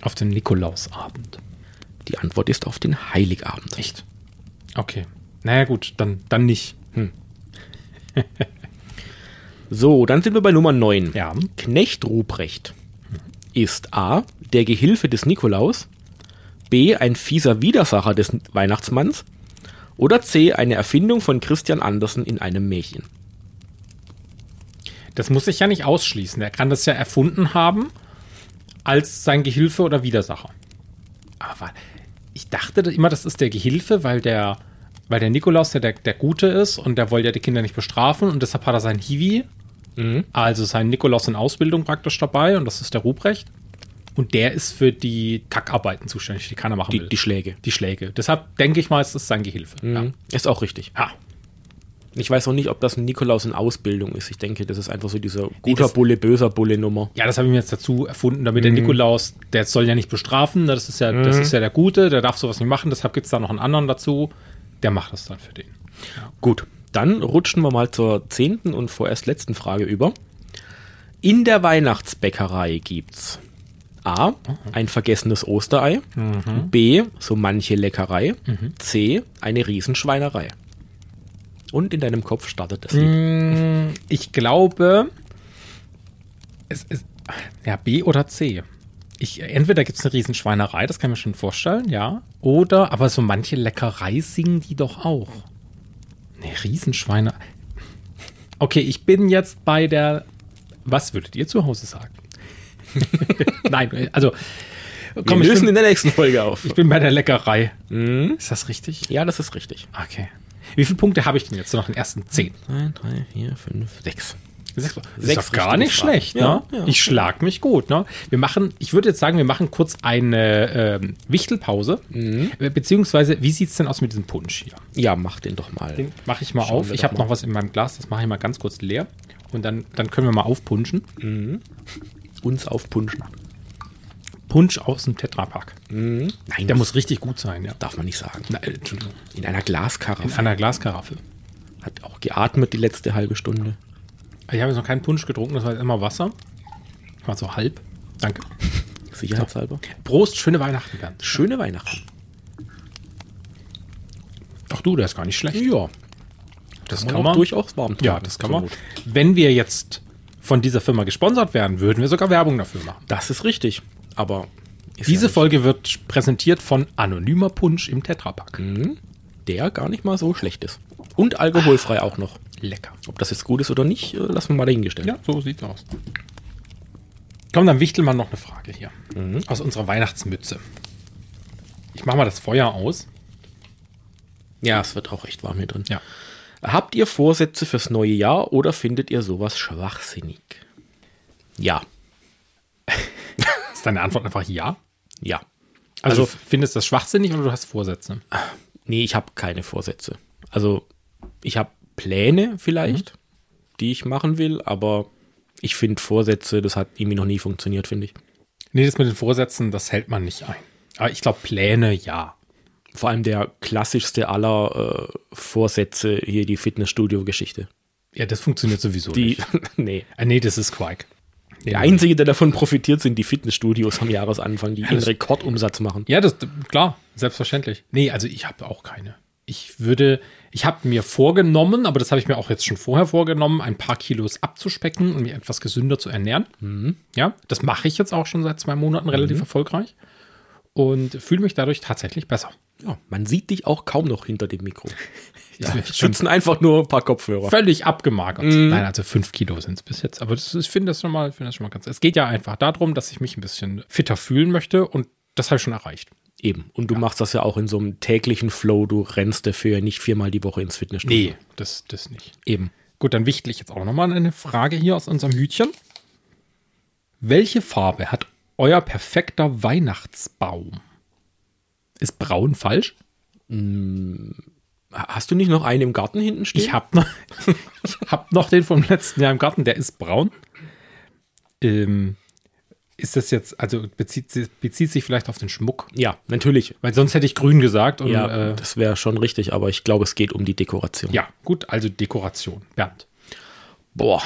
A: Auf den Nikolausabend.
D: Die Antwort ist auf den Heiligabend.
A: Echt? Okay. Naja, gut, dann, dann nicht.
D: So, dann sind wir bei Nummer 9.
A: Ja.
D: Knecht Ruprecht ist A. der Gehilfe des Nikolaus, B. ein fieser Widersacher des Weihnachtsmanns Oder C, eine Erfindung von Christian Andersen in einem Märchen.
A: Das muss ich ja nicht ausschließen. Er kann das ja erfunden haben als sein Gehilfe oder Widersacher. Aber ich dachte immer, das ist der Gehilfe, weil der, weil der Nikolaus ja der, der Gute ist und der wollte ja die Kinder nicht bestrafen und deshalb hat er sein Hiwi,
D: Mhm.
A: also sein Nikolaus in Ausbildung praktisch dabei und das ist der Ruprecht. Und der ist für die Kackarbeiten zuständig, die keiner machen
D: Die,
A: will.
D: die Mhm. Schläge.
A: Die Schläge. Deshalb denke ich mal, es ist sein Gehilfe. Ja.
D: Ist auch richtig.
A: ja.
D: Ich weiß auch nicht, ob das ein Nikolaus in Ausbildung ist. Ich denke, das ist einfach so dieser guter
A: das-
D: Bulle, böser Bulle-Nummer.
A: Ja, das habe ich mir jetzt dazu erfunden, damit der Nikolaus, der soll ja nicht bestrafen, das ist ja, das ist ja der Gute, der darf sowas nicht machen, deshalb gibt es da noch einen anderen dazu, der macht das dann für den.
D: Gut, dann rutschen wir mal zur zehnten und vorerst letzten Frage über. In der Weihnachtsbäckerei gibt's A. Ein vergessenes Osterei.
A: Mhm.
D: B. So manche Leckerei. C. Eine Riesenschweinerei. Und in deinem Kopf
A: Mhm.
D: startet das Lied.
A: Ich glaube, es ist, ja, B oder C. Ich, entweder gibt es eine Riesenschweinerei, das kann ich mir schon vorstellen, ja. Oder, aber so manche Leckerei singen die doch auch. Ne, Riesenschweine. Okay, ich bin jetzt bei der. Was würdet ihr zu Hause sagen? Nein, also. Komm, ich bin,
D: in der nächsten Folge auf.
A: ich bin bei der Leckerei. Ist das richtig?
D: Ja, das ist richtig.
A: Okay. Wie viele Punkte habe ich denn jetzt nach den ersten zehn?
D: 3, 3, 4, 5, 6.
A: Das ist doch- das
D: Sechs
A: ist doch gar
D: richtige
A: nicht
D: Fragen.
A: schlecht,
D: Ja,
A: ne?
D: ja.
A: Ich schlag mich gut, ne? Wir machen, ich würde jetzt sagen, wir machen kurz eine ähm, Wichtelpause.
D: Mhm.
A: Äh, Beziehungsweise, wie sieht's denn aus mit diesem Punsch hier?
D: Ja, mach den doch mal.
A: Den mache ich mal
D: Schauen
A: auf.
D: wir
A: Ich
D: doch
A: habe
D: mal.
A: noch was in meinem Glas, das mache ich mal ganz kurz leer. Und dann, dann können wir mal aufpunschen.
D: Uns aufpunschen.
A: Punsch aus dem Tetrapack.
D: Nein,
A: Der muss richtig gut sein, ja.
D: darf man nicht sagen.
A: Na, äh, Entschuldigung.
D: In einer
A: In
D: Glaskaraffe.
A: einer Glaskaraffe.
D: Hat auch geatmet die letzte halbe Stunde.
A: Ich habe jetzt noch keinen Punsch getrunken, das war jetzt immer Wasser. War so halb. Danke.
D: Sicherheitshalber.
A: Prost, schöne Weihnachten, Bernd.
D: Schöne Weihnachten.
A: Ach du, der ist gar nicht schlecht. Ja. Das kann man,
D: auch durchaus warm trinken.
A: Ja, das kann
D: zur
A: man.
D: Not.
A: Wenn wir jetzt von dieser Firma gesponsert werden, würden wir sogar Werbung dafür machen.
D: Das ist richtig. Aber ist
A: Diese
D: ja
A: Folge wird präsentiert von Anonymer Punsch im Tetrapack.
D: nicht- der gar nicht mal so schlecht ist. Und alkoholfrei auch noch.
A: Ah, Lecker.
D: Ob das jetzt gut ist oder nicht, äh, lassen wir mal dahingestellt.
A: Ja, so sieht's aus. Komm, dann wichtel mal noch eine Frage hier. Aus unserer Weihnachtsmütze. Ich mach mal das Feuer aus.
D: ja, es wird auch recht warm hier drin.
A: Ja.
D: Habt ihr Vorsätze fürs neue Jahr oder findet ihr sowas schwachsinnig? Ja,
A: Ist deine Antwort einfach ja?
D: ja.
A: Also,
D: Also-
A: findest du das schwachsinnig oder du hast Vorsätze?
D: Nee, ich habe keine Vorsätze. Also, ich habe Pläne vielleicht, die ich machen will, aber ich finde Vorsätze, das hat irgendwie noch nie funktioniert, finde ich.
A: Nee, das mit den Vorsätzen, das hält man nicht ein. Aber ich glaube, Pläne ja.
D: Vor allem der klassischste aller äh, Vorsätze hier die Fitnessstudio-Geschichte.
A: Ja, das funktioniert sowieso
D: Die,
A: nicht.
D: nee.
A: Ah, nee, das ist Quark. Nee,
D: Der einzige, der davon profitiert, sind die Fitnessstudios am Jahresanfang, die einen
A: das-
D: Rekordumsatz machen.
A: Ja, das klar, selbstverständlich. Nee, also ich habe auch keine. Ich würde, ich habe mir vorgenommen, aber das habe ich mir auch jetzt schon vorher vorgenommen, ein paar Kilos abzuspecken und mich etwas gesünder zu ernähren. Ja, das mache ich jetzt auch schon seit zwei Monaten relativ erfolgreich und fühle mich dadurch tatsächlich besser.
D: Ja, man sieht dich auch kaum noch hinter dem Mikro.
A: Ja, ich bin
D: Schützen einfach nur ein paar Kopfhörer.
A: völlig abgemagert. Nein, also fünf Kilo sind es bis jetzt. Aber das, ist- ich finde das schon mal, ich finde das schon mal ganz. Es geht ja einfach darum, dass ich mich ein bisschen fitter fühlen möchte und das habe ich schon erreicht.
D: Eben. Und du machst das ja auch in so einem täglichen Flow. Du rennst dafür nicht viermal die Woche ins Fitnessstudio.
A: Nee, das, das nicht.
D: Eben.
A: Gut, dann wichtel ich jetzt auch nochmal eine Frage hier aus unserem Hütchen. Welche Farbe hat euer perfekter Weihnachtsbaum? Ist braun falsch?
D: Hast du nicht noch einen im Garten hinten stehen?
A: Ich habe noch, ich hab noch den vom letzten Jahr im Garten, der ist braun. Ähm, ist das jetzt, also bezieht, si- bezieht sich vielleicht auf den Schmuck?
D: Ja, natürlich.
A: Weil sonst hätte ich grün gesagt. Und,
D: Ja,
A: äh,
D: das wäre schon richtig, aber ich glaube, es geht um die Dekoration.
A: ja, gut, also Dekoration. Bernd.
D: Boah.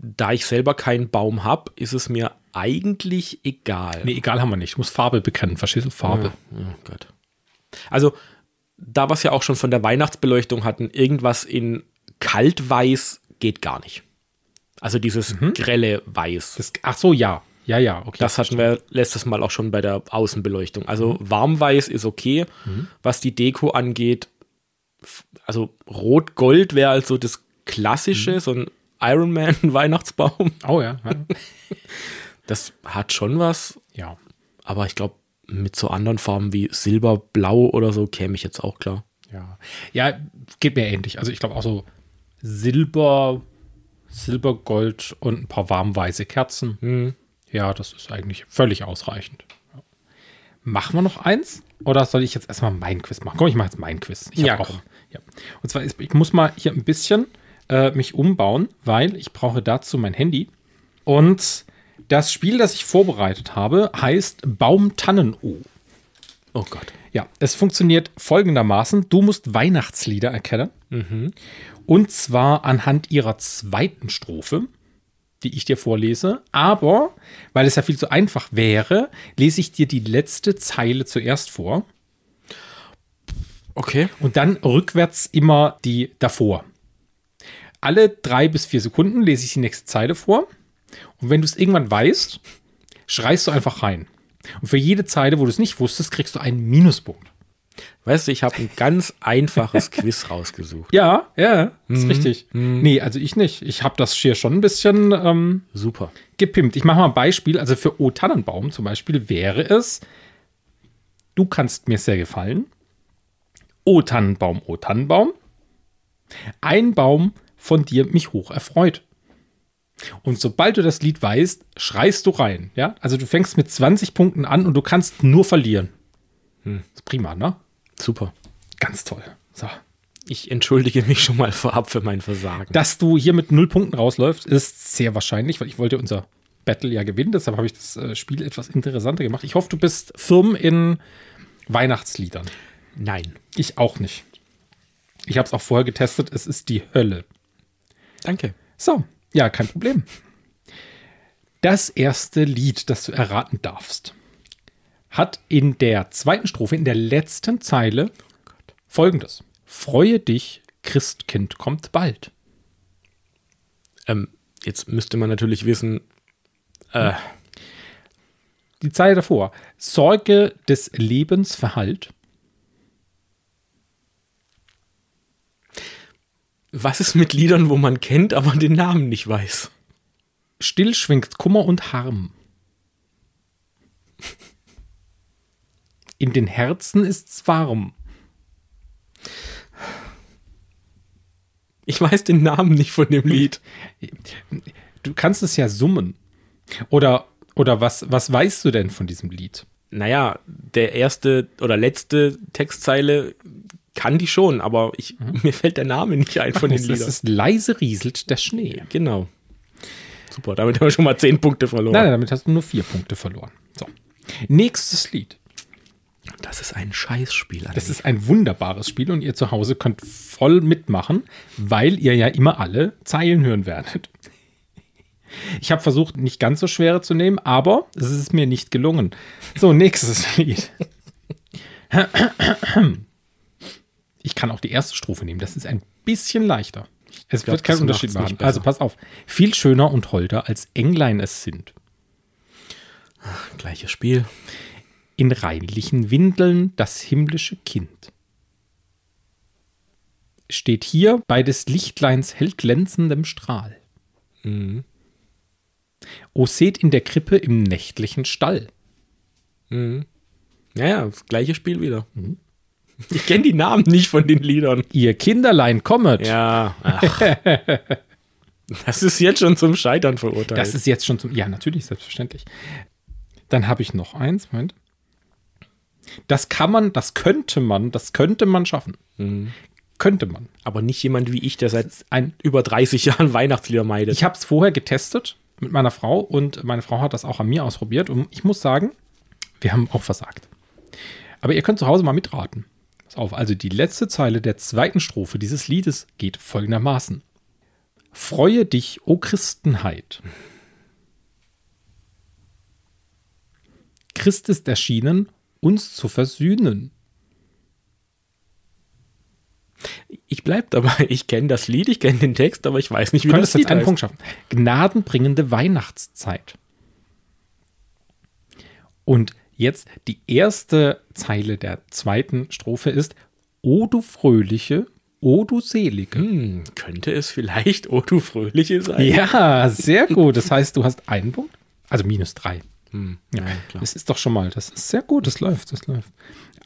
D: Da ich selber keinen Baum habe, ist es mir eigentlich egal.
A: Nee, egal haben wir nicht. Ich muss Farbe bekennen. Verstehst du? Farbe.
D: Oh Gott. Also, da was ja auch schon von der Weihnachtsbeleuchtung hatten, irgendwas in kaltweiß geht gar nicht. Also dieses
A: Mhm.
D: grelle Weiß.
A: Das, ach so, ja. Ja, ja, okay.
D: Das hatten wir letztes Mal auch Mhm. schon bei der Außenbeleuchtung. Also warmweiß ist okay. Was die Deko angeht, also Rot-Gold wäre also das Klassische, so ein Iron Man-Weihnachtsbaum.
A: Oh ja.
D: Das hat schon was,
A: Ja.
D: aber ich glaube, mit so anderen Farben wie Silber, Blau oder so käme ich jetzt auch klar.
A: Ja. Ja, geht mir ähnlich. Also ich glaube auch so Silber, Silbergold und ein paar warmweiße Kerzen.
D: Mhm.
A: Ja, das ist eigentlich völlig ausreichend. Ja. Machen wir noch eins? Oder soll ich jetzt erstmal mein Quiz machen? Komm, ich mache jetzt mein Quiz. Ich hab
D: Ja,
A: auch,
D: komm.
A: ja. Und zwar, ist, ich muss mal hier ein bisschen äh, mich umbauen, weil ich brauche dazu mein Handy. Und das Spiel, das ich vorbereitet habe, heißt Baumtannen-O.
D: Oh Gott.
A: Ja, es funktioniert folgendermaßen. Du musst Weihnachtslieder erkennen. Und zwar anhand ihrer zweiten Strophe, die ich dir vorlese. Aber, weil es ja viel zu einfach wäre, lese ich dir die letzte Zeile zuerst vor
D: Okay.
A: und dann rückwärts immer die davor. Alle drei bis vier Sekunden lese ich die nächste Zeile vor. Und wenn du es irgendwann weißt, schreist du einfach rein. Und für jede Zeile, wo du es nicht wusstest, kriegst du einen Minuspunkt.
D: Weißt du, ich habe ein ganz einfaches Quiz rausgesucht.
A: Ja, ja, ist richtig. Nee, also ich nicht. Ich habe das hier schon ein bisschen ähm,
D: Super.
A: gepimpt. Ich mache mal ein Beispiel. Also für O Tannenbaum zum Beispiel wäre es, du kannst mir sehr gefallen. O Tannenbaum, O Tannenbaum. Ein Baum von dir mich hoch erfreut. Und sobald du das Lied weißt, schreist du rein. Ja? Also du fängst mit 20 Punkten an und du kannst nur verlieren. Ist prima, ne?
D: Super.
A: Ganz toll. So.
D: Ich entschuldige mich schon mal vorab für mein Versagen.
A: Dass du hier mit null Punkten rausläufst, ist sehr wahrscheinlich, weil ich wollte unser Battle ja gewinnen. Deshalb habe ich das äh, Spiel etwas interessanter gemacht. Ich hoffe, du bist firm in Weihnachtsliedern.
D: Nein.
A: Ich auch nicht. Ich habe es auch vorher getestet. Es ist die Hölle.
D: Danke.
A: So, ja, kein Problem. Das erste Lied, das du erraten darfst, hat in der zweiten Strophe, in der letzten Zeile, folgendes. Freue dich, Christkind kommt bald.
D: Ähm, jetzt müsste man natürlich wissen,
A: Die Zeile davor. Sorge des Lebens verhallt.
D: was ist mit Liedern, wo man kennt, aber den Namen nicht weiß?
A: Still schwingt Kummer und Harm. In den Herzen ist's warm.
D: Ich weiß den Namen nicht von dem Lied.
A: Du kannst es ja summen. Oder, oder was, was weißt du denn von diesem Lied?
D: Naja, der erste oder letzte Textzeile kann die schon, aber ich, mir fällt der Name nicht ein von den
A: es
D: Liedern.
A: Mhm. ist leise rieselt der Schnee.
D: Genau. Super, damit haben wir schon mal zehn Punkte verloren.
A: Nein, nein, damit hast du nur vier Punkte verloren. So. Nächstes Lied.
D: Das ist ein Scheißspiel.
A: Das ist ein wunderbares Spiel und ihr zu Hause könnt voll mitmachen, weil ihr ja immer alle Zeilen hören werdet. Ich habe versucht, nicht ganz so schwere zu nehmen, aber es ist mir nicht gelungen. So, nächstes Lied. Ich kann auch die erste Strophe nehmen, das ist ein bisschen leichter. Es
D: glaub,
A: wird keinen
D: das
A: Unterschied machen.
D: macht's nicht besser.
A: Also pass auf. Viel schöner und holder als Englein es sind.
D: gleiches Spiel.
A: In reinlichen Windeln das himmlische Kind. Steht hier bei des Lichtleins hell glänzendem Strahl. O seht in der Krippe im nächtlichen Stall.
D: Naja, das gleiche Spiel wieder.
A: Mhm.
D: Ich kenne die Namen nicht von den Liedern.
A: Ihr Kinderlein kommet.
D: Ja, ach. Das ist jetzt schon zum Scheitern verurteilt.
A: Das ist jetzt schon zum. Ja, natürlich, selbstverständlich. Dann habe ich noch eins, Moment. Das kann man, das könnte man, das könnte man schaffen. Könnte man.
D: aber nicht jemand wie ich, der seit
A: Ein
D: über 30 Jahren Weihnachtslieder meidet.
A: Ich habe es vorher getestet mit meiner Frau und meine Frau hat das auch an mir ausprobiert und ich muss sagen, wir haben auch versagt. Aber ihr könnt zu Hause mal mitraten. Pass auf, also die letzte Zeile der zweiten Strophe dieses Liedes geht folgendermaßen. Freue dich, o Christenheit. Christ ist erschienen, uns zu versöhnen.
D: Ich bleib dabei. Ich kenne das Lied, ich kenne den Text, aber ich weiß nicht, wie
A: Du könntest
D: das Lied
A: jetzt einen
D: heißt.
A: Punkt schaffen. Gnadenbringende Weihnachtszeit. Und jetzt die erste Zeile der zweiten Strophe ist: O du Fröhliche, O du Selige.
D: Hm, könnte es vielleicht O du Fröhliche sein?
A: Ja, sehr gut. Das heißt, du hast einen Punkt, also minus drei.
D: Hm,
A: Ja,
D: ja, klar.
A: das ist doch schon mal, das ist sehr gut, das läuft, das läuft.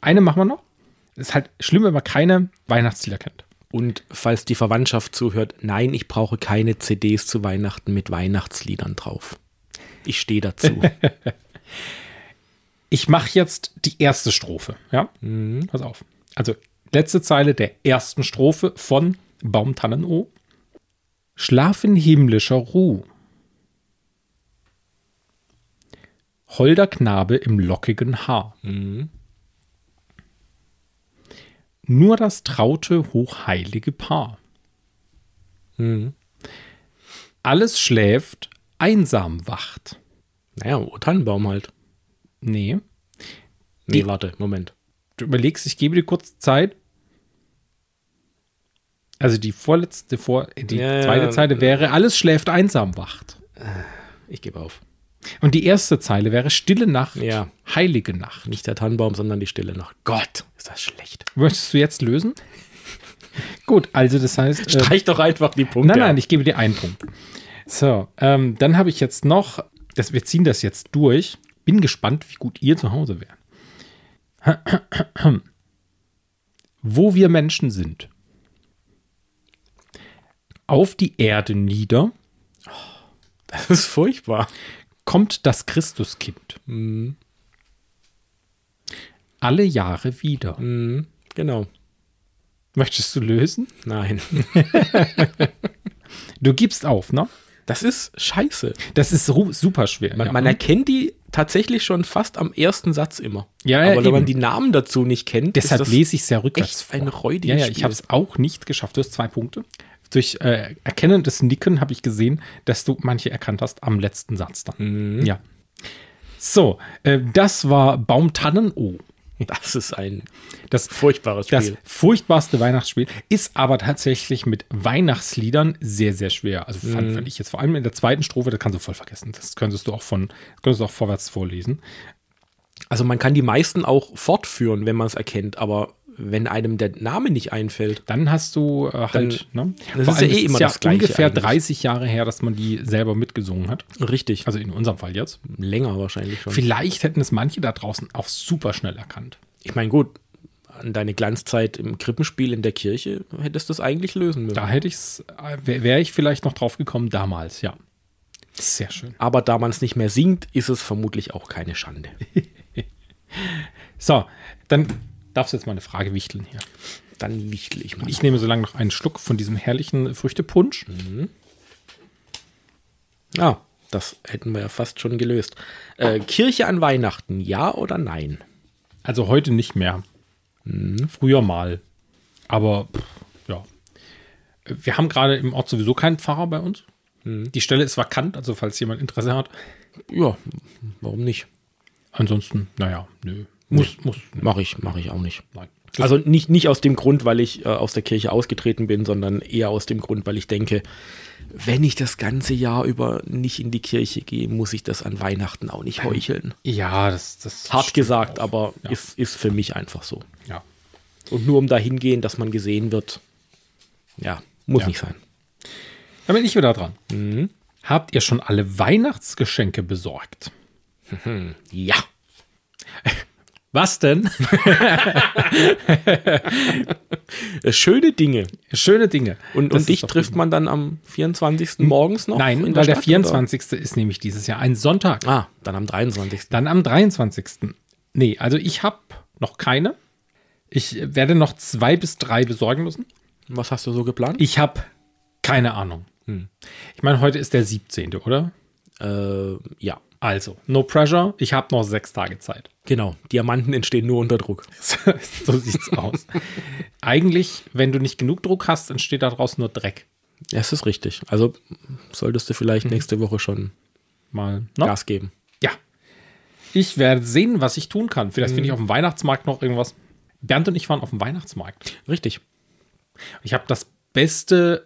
A: Eine machen wir noch. Ist halt schlimm, wenn man keine Weihnachtslieder kennt.
D: Und falls die Verwandtschaft zuhört, nein, ich brauche keine CDs zu Weihnachten mit Weihnachtsliedern drauf. Ich stehe dazu.
A: Ich mache jetzt die erste Strophe, ja? Pass auf. Also, letzte Zeile der ersten Strophe von Baumtannen O. Schlaf in himmlischer Ruh. Holder Knabe im lockigen Haar. Nur das traute, hochheilige Paar. Alles schläft, einsam wacht.
D: naja, O Tannenbaum halt.
A: Nee.
D: Nee,
A: Die-
D: warte, Moment.
A: du überlegst, ich gebe dir kurz Zeit. Also die vorletzte, vor, die
D: Ja, ja,
A: zweite
D: ja.
A: Zeile wäre, alles schläft einsam wacht.
D: Ich gebe auf.
A: Und die erste Zeile wäre, stille Nacht,
D: Ja.
A: heilige Nacht.
D: Nicht der Tannenbaum, sondern die Stille Nacht. Gott, ist das schlecht.
A: Möchtest du jetzt lösen? Gut, also das heißt. äh,
D: Streich doch einfach die Punkte.
A: Nein, nein,
D: ab.
A: ich gebe dir einen Punkt. So, ähm, dann habe ich jetzt noch, das, wir ziehen das jetzt durch. Bin gespannt, wie gut ihr zu Hause wärt. Wo wir Menschen sind. Auf die Erde nieder
D: das ist furchtbar.
A: kommt das Christuskind.
D: Mhm.
A: Alle Jahre wieder.
D: Mhm, genau.
A: Möchtest du lösen?
D: Nein.
A: Du gibst auf, ne?
D: Das ist scheiße.
A: Das ist ru- super schwer.
D: Man,
A: ja.
D: man erkennt die tatsächlich schon fast am ersten Satz immer.
A: Ja, ja,
D: Aber wenn man
A: eben.
D: die Namen dazu nicht kennt,
A: Deshalb
D: ist das
A: lese ich es ja rückwärts
D: echt ein räudiges
A: Ja, ja, ich
D: Spiel.
A: habe es auch nicht geschafft. Du hast zwei Punkte. Durch äh, erkennendes Nicken habe ich gesehen, dass du manche erkannt hast am letzten Satz dann.
D: Mhm.
A: Ja. So, äh, das war Baumtannen-O.
D: Das ist ein
A: Das,
D: furchtbares
A: das
D: Spiel.
A: furchtbarste Weihnachtsspiel ist aber tatsächlich mit Weihnachtsliedern sehr, sehr schwer. Also fand,
D: Mhm.
A: fand ich jetzt vor allem in der zweiten Strophe, das kannst du voll vergessen. Das könntest du auch von, könntest du auch vorwärts vorlesen.
D: Also man kann die meisten auch fortführen, wenn man es erkennt, aber wenn einem der Name nicht einfällt,
A: dann hast du äh, halt, ne?
D: das
A: Vor
D: ist
A: allem,
D: ja eh immer das Gleiche
A: ungefähr
D: eigentlich.
A: 30 Jahre her, dass man die selber mitgesungen hat.
D: richtig,
A: Also
D: also
A: in unserem Fall jetzt.
D: länger wahrscheinlich schon.
A: Vielleicht hätten es manche da draußen auch super schnell erkannt.
D: Ich meine, gut, an deine Glanzzeit im Krippenspiel in der Kirche hättest du es eigentlich lösen müssen.
A: Da hätte ich's, äh, wäre wär ich vielleicht noch drauf gekommen damals, ja. Sehr schön.
D: Aber da man es nicht mehr singt, ist es vermutlich auch keine Schande.
A: So, dann darfst du jetzt mal eine Frage wichteln hier.
D: Dann wichtel ich mal.
A: Ich nehme so lange noch einen Schluck von diesem herrlichen Früchtepunsch.
D: ah, das hätten wir ja fast schon gelöst. Äh, Kirche an Weihnachten, ja oder nein?
A: Also heute nicht mehr. Früher mal. Aber pff, ja. Wir haben gerade im Ort sowieso keinen Pfarrer bei uns. Die Stelle ist vakant, also falls jemand Interesse hat.
D: Ja, warum nicht?
A: Ansonsten, naja, nö. Muss, muss.
D: Mache ich, mache ich auch nicht.
A: Nein. Das-
D: Also nicht, nicht aus dem Grund, weil ich äh, aus der Kirche ausgetreten bin, sondern eher aus dem Grund, weil ich denke, wenn ich das ganze Jahr über nicht in die Kirche gehe, muss ich das an Weihnachten auch nicht heucheln.
A: Ja, das, das
D: Hart gesagt,
A: auch.
D: aber
A: Ja.
D: ist, ist für mich einfach so.
A: Ja.
D: Und nur um dahin gehen, dass man gesehen wird, ja, muss
A: Ja.
D: nicht sein.
A: Da bin ich wieder dran. Habt ihr schon alle Weihnachtsgeschenke besorgt?
D: Ja.
A: Was denn?
D: Äh, Schöne Dinge.
A: Schöne Dinge.
D: Und,
A: Das
D: und
A: ist
D: dich
A: doch
D: trifft man dann am 24. morgens noch?
A: Nein,
D: in
A: weil der
D: Stadt,
A: 24. ist nämlich dieses Jahr ein Sonntag.
D: oder? Ah, dann am 23.
A: Dann am 23. Nee, also ich habe noch keine. Ich werde noch zwei bis drei besorgen müssen.
D: Was hast du so geplant?
A: Ich habe keine Ahnung.
D: Hm.
A: Ich meine, heute ist der 17., oder?
D: äh, ja,
A: Also, no pressure. Ich habe noch sechs Tage Zeit.
D: genau. Diamanten entstehen nur unter Druck.
A: so sieht's aus. Eigentlich, wenn du nicht genug Druck hast, entsteht daraus nur Dreck.
D: Ja, Es ist richtig. Also solltest du vielleicht nächste Woche schon
A: Mal. ne?
D: Gas geben.
A: Ja. Ich werde sehen, was ich tun kann. Vielleicht
D: Mhm.
A: finde ich auf dem Weihnachtsmarkt noch irgendwas. Bernd und ich waren auf dem Weihnachtsmarkt.
D: Richtig.
A: Ich habe das beste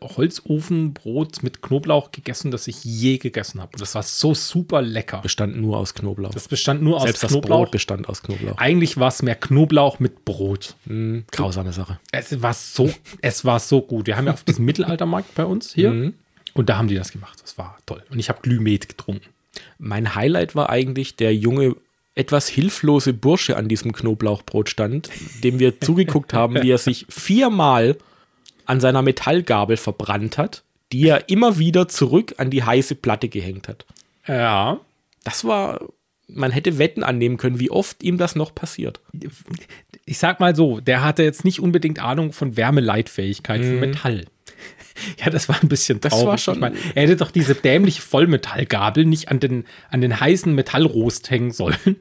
A: Holzofenbrot mit Knoblauch gegessen, das ich je gegessen habe. Und das war so super lecker.
D: Bestand nur aus Knoblauch.
A: Das bestand nur aus
D: Selbst das
A: Knoblauch.
D: Brot bestand aus Knoblauch.
A: Eigentlich war es mehr Knoblauch mit Brot.
D: Mhm, grausame Sache.
A: Es war so, es war so gut. Wir haben ja auf diesem Mittelaltermarkt bei uns hier. Und da haben die das gemacht. Das war toll. Und ich habe Glühmet getrunken.
D: Mein Highlight war eigentlich der junge, etwas hilflose Bursche an diesem Knoblauchbrot stand, dem wir zugeguckt haben, wie er sich viermal an seiner Metallgabel verbrannt hat, die er immer wieder zurück an die heiße Platte gehängt hat.
A: Ja.
D: Das war, man hätte Wetten annehmen können, wie oft ihm das noch passiert.
A: Ich sag mal so, der hatte jetzt nicht unbedingt Ahnung von Wärmeleitfähigkeit von Metall. Ja, Mhm. das war ein bisschen
D: Das
A: traurig.
D: war schon-
A: Ich mein, er hätte doch diese dämliche Vollmetallgabel nicht an den, an den heißen Metallrost hängen sollen.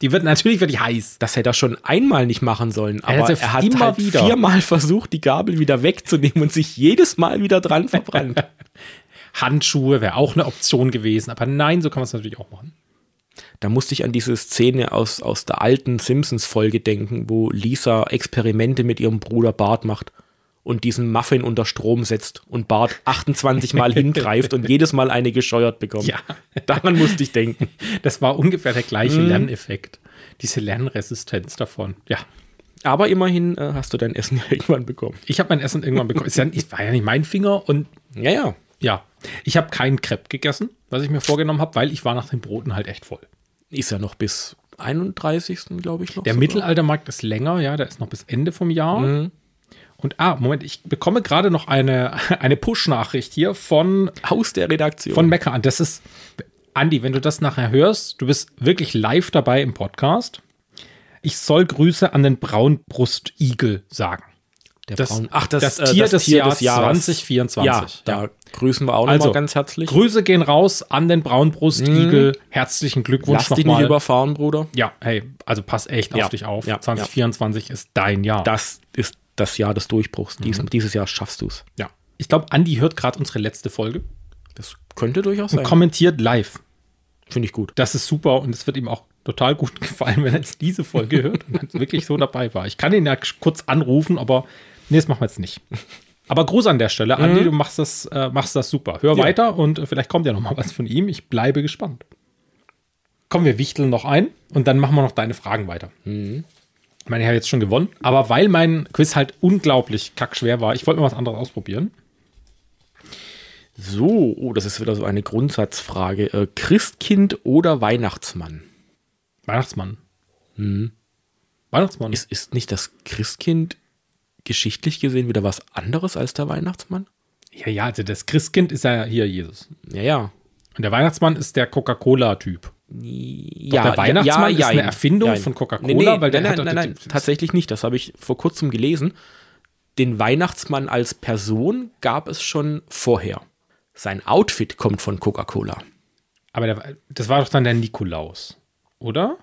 A: Die wird natürlich wird die heiß.
D: Das hätte er schon einmal nicht machen sollen, aber
A: hat
D: er,
A: sie
D: hat
A: immer
D: halt
A: wieder.
D: viermal versucht, die Gabel wieder wegzunehmen und sich jedes Mal wieder dran verbrannt.
A: Handschuhe wäre auch eine Option gewesen. Aber nein, so kann man es natürlich auch machen.
D: Da musste ich an diese Szene aus, aus der alten Simpsons-Folge denken, wo Lisa Experimente mit ihrem Bruder Bart macht und diesen Muffin unter Strom setzt und Bart 28 Mal hingreift und jedes Mal eine gescheuert bekommt.
A: Ja.
D: Daran musste ich denken.
A: Das war ungefähr der gleiche Lerneffekt. Diese Lernresistenz davon. Ja.
D: Aber immerhin äh, hast du dein Essen ja irgendwann bekommen.
A: Ich habe mein Essen irgendwann bekommen. Ist ja, ich war ja nicht mein Finger und
D: Ja, ja.
A: ja, ich habe keinen Crepe gegessen, was ich mir vorgenommen habe, weil ich war nach den Broten halt echt voll.
D: Ist ja noch bis 31. glaube ich noch.
A: Der
D: sogar.
A: Mittelaltermarkt ist länger, ja, der ist noch bis Ende vom Jahr. Und ah, Moment, ich bekomme gerade noch eine, eine Push-Nachricht hier von,
D: Haus der Redaktion.
A: von Mecker an. Das ist, Andi, wenn du das nachher hörst, du bist wirklich live dabei im Podcast. Ich soll Grüße an den Braunbrustigel sagen.
D: der
A: das-
D: Braun- Ach, das,
A: das
D: äh,
A: Tier des Jahres
D: Jahres.
A: 2024.
D: Ja, da grüßen wir auch noch
A: Also,
D: nochmal ganz herzlich. Mhm.
A: Grüße gehen raus an den Braunbrustigel. Herzlichen Glückwunsch
D: Lass dich nicht überfahren, Bruder.
A: Ja, hey, also pass echt
D: Ja,
A: auf dich auf.
D: ja, ja.
A: 2024 ist dein Jahr.
D: das ist das Jahr des Durchbruchs. Dies, Dieses Jahr schaffst du es.
A: Ja. Ich glaube, Andi hört gerade unsere letzte Folge
D: Das könnte durchaus
A: und
D: sein.
A: kommentiert live.
D: Finde ich gut.
A: Das ist super und es wird ihm auch total gut gefallen, wenn er jetzt diese Folge hört und dann wirklich so dabei war. Ich kann ihn ja kurz anrufen, aber nee, das machen wir jetzt nicht. Aber Gruß an der Stelle. Andi, du machst das, äh, machst das super. Hör weiter und äh, vielleicht kommt ja noch mal was von ihm. Ich bleibe gespannt. Kommen wir wichteln noch ein und dann machen wir noch deine Fragen weiter. Ich meine, ich habe jetzt schon gewonnen, aber weil mein Quiz halt unglaublich kackschwer war, ich wollte mal was anderes ausprobieren.
D: So, oh, das ist wieder so eine Grundsatzfrage. Äh, Christkind oder Weihnachtsmann?
A: Weihnachtsmann. Mhm. Weihnachtsmann.
D: Ist, ist nicht das Christkind geschichtlich gesehen wieder was anderes als der Weihnachtsmann?
A: ja, ja, also das Christkind ist ja hier Jesus.
D: Ja, ja.
A: Und der Weihnachtsmann ist der Coca-Cola-Typ.
D: Ja,
A: der Weihnachtsmann ist eine
D: jein.
A: Erfindung
D: Jein.
A: von Coca-Cola,
D: nee, nee,
A: weil der
D: nein,
A: hat-
D: nein, nein, nein, tatsächlich nicht. Das habe ich vor kurzem gelesen. Den Weihnachtsmann als Person gab es schon vorher. Sein Outfit kommt von Coca-Cola.
A: Aber der, das war doch dann der Nikolaus, oder?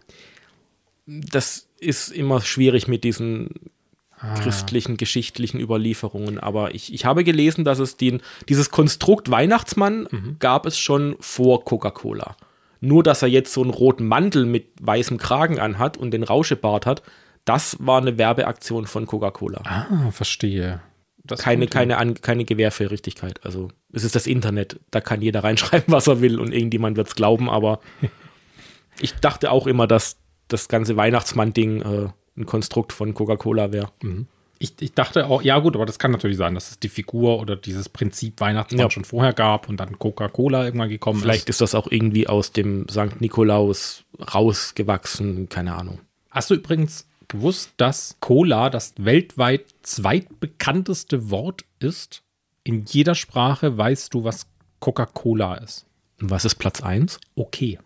D: das ist immer schwierig mit diesen christlichen, geschichtlichen Überlieferungen. Aber ich, ich habe gelesen, dass es den, dieses Konstrukt Weihnachtsmann gab es schon vor Coca-Cola. Nur, dass er jetzt so einen roten Mantel mit weißem Kragen anhat und den Rauschebart hat, das war eine Werbeaktion von Coca-Cola.
A: Ah, verstehe. Das
D: keine,
A: kommt hin.
D: keine, an, keine Gewähr für Richtigkeit. Also, es ist das Internet. Da kann jeder reinschreiben, was er will und irgendjemand wird es glauben. Aber ich dachte auch immer, dass das ganze Weihnachtsmann-Ding äh, ein Konstrukt von Coca-Cola wäre.
A: Ich, ich dachte auch, ja gut, aber das kann natürlich sein, dass es die Figur oder dieses Prinzip Weihnachtsmann
D: Ja.
A: schon vorher gab und dann Coca-Cola irgendwann gekommen
D: Vielleicht
A: ist.
D: ist das auch irgendwie aus dem St. Nikolaus rausgewachsen. Keine Ahnung.
A: Hast du übrigens gewusst, dass Cola das weltweit zweitbekannteste Wort ist? In jeder Sprache weißt du, was Coca-Cola ist.
D: Und Was ist Platz 1?
A: Okay.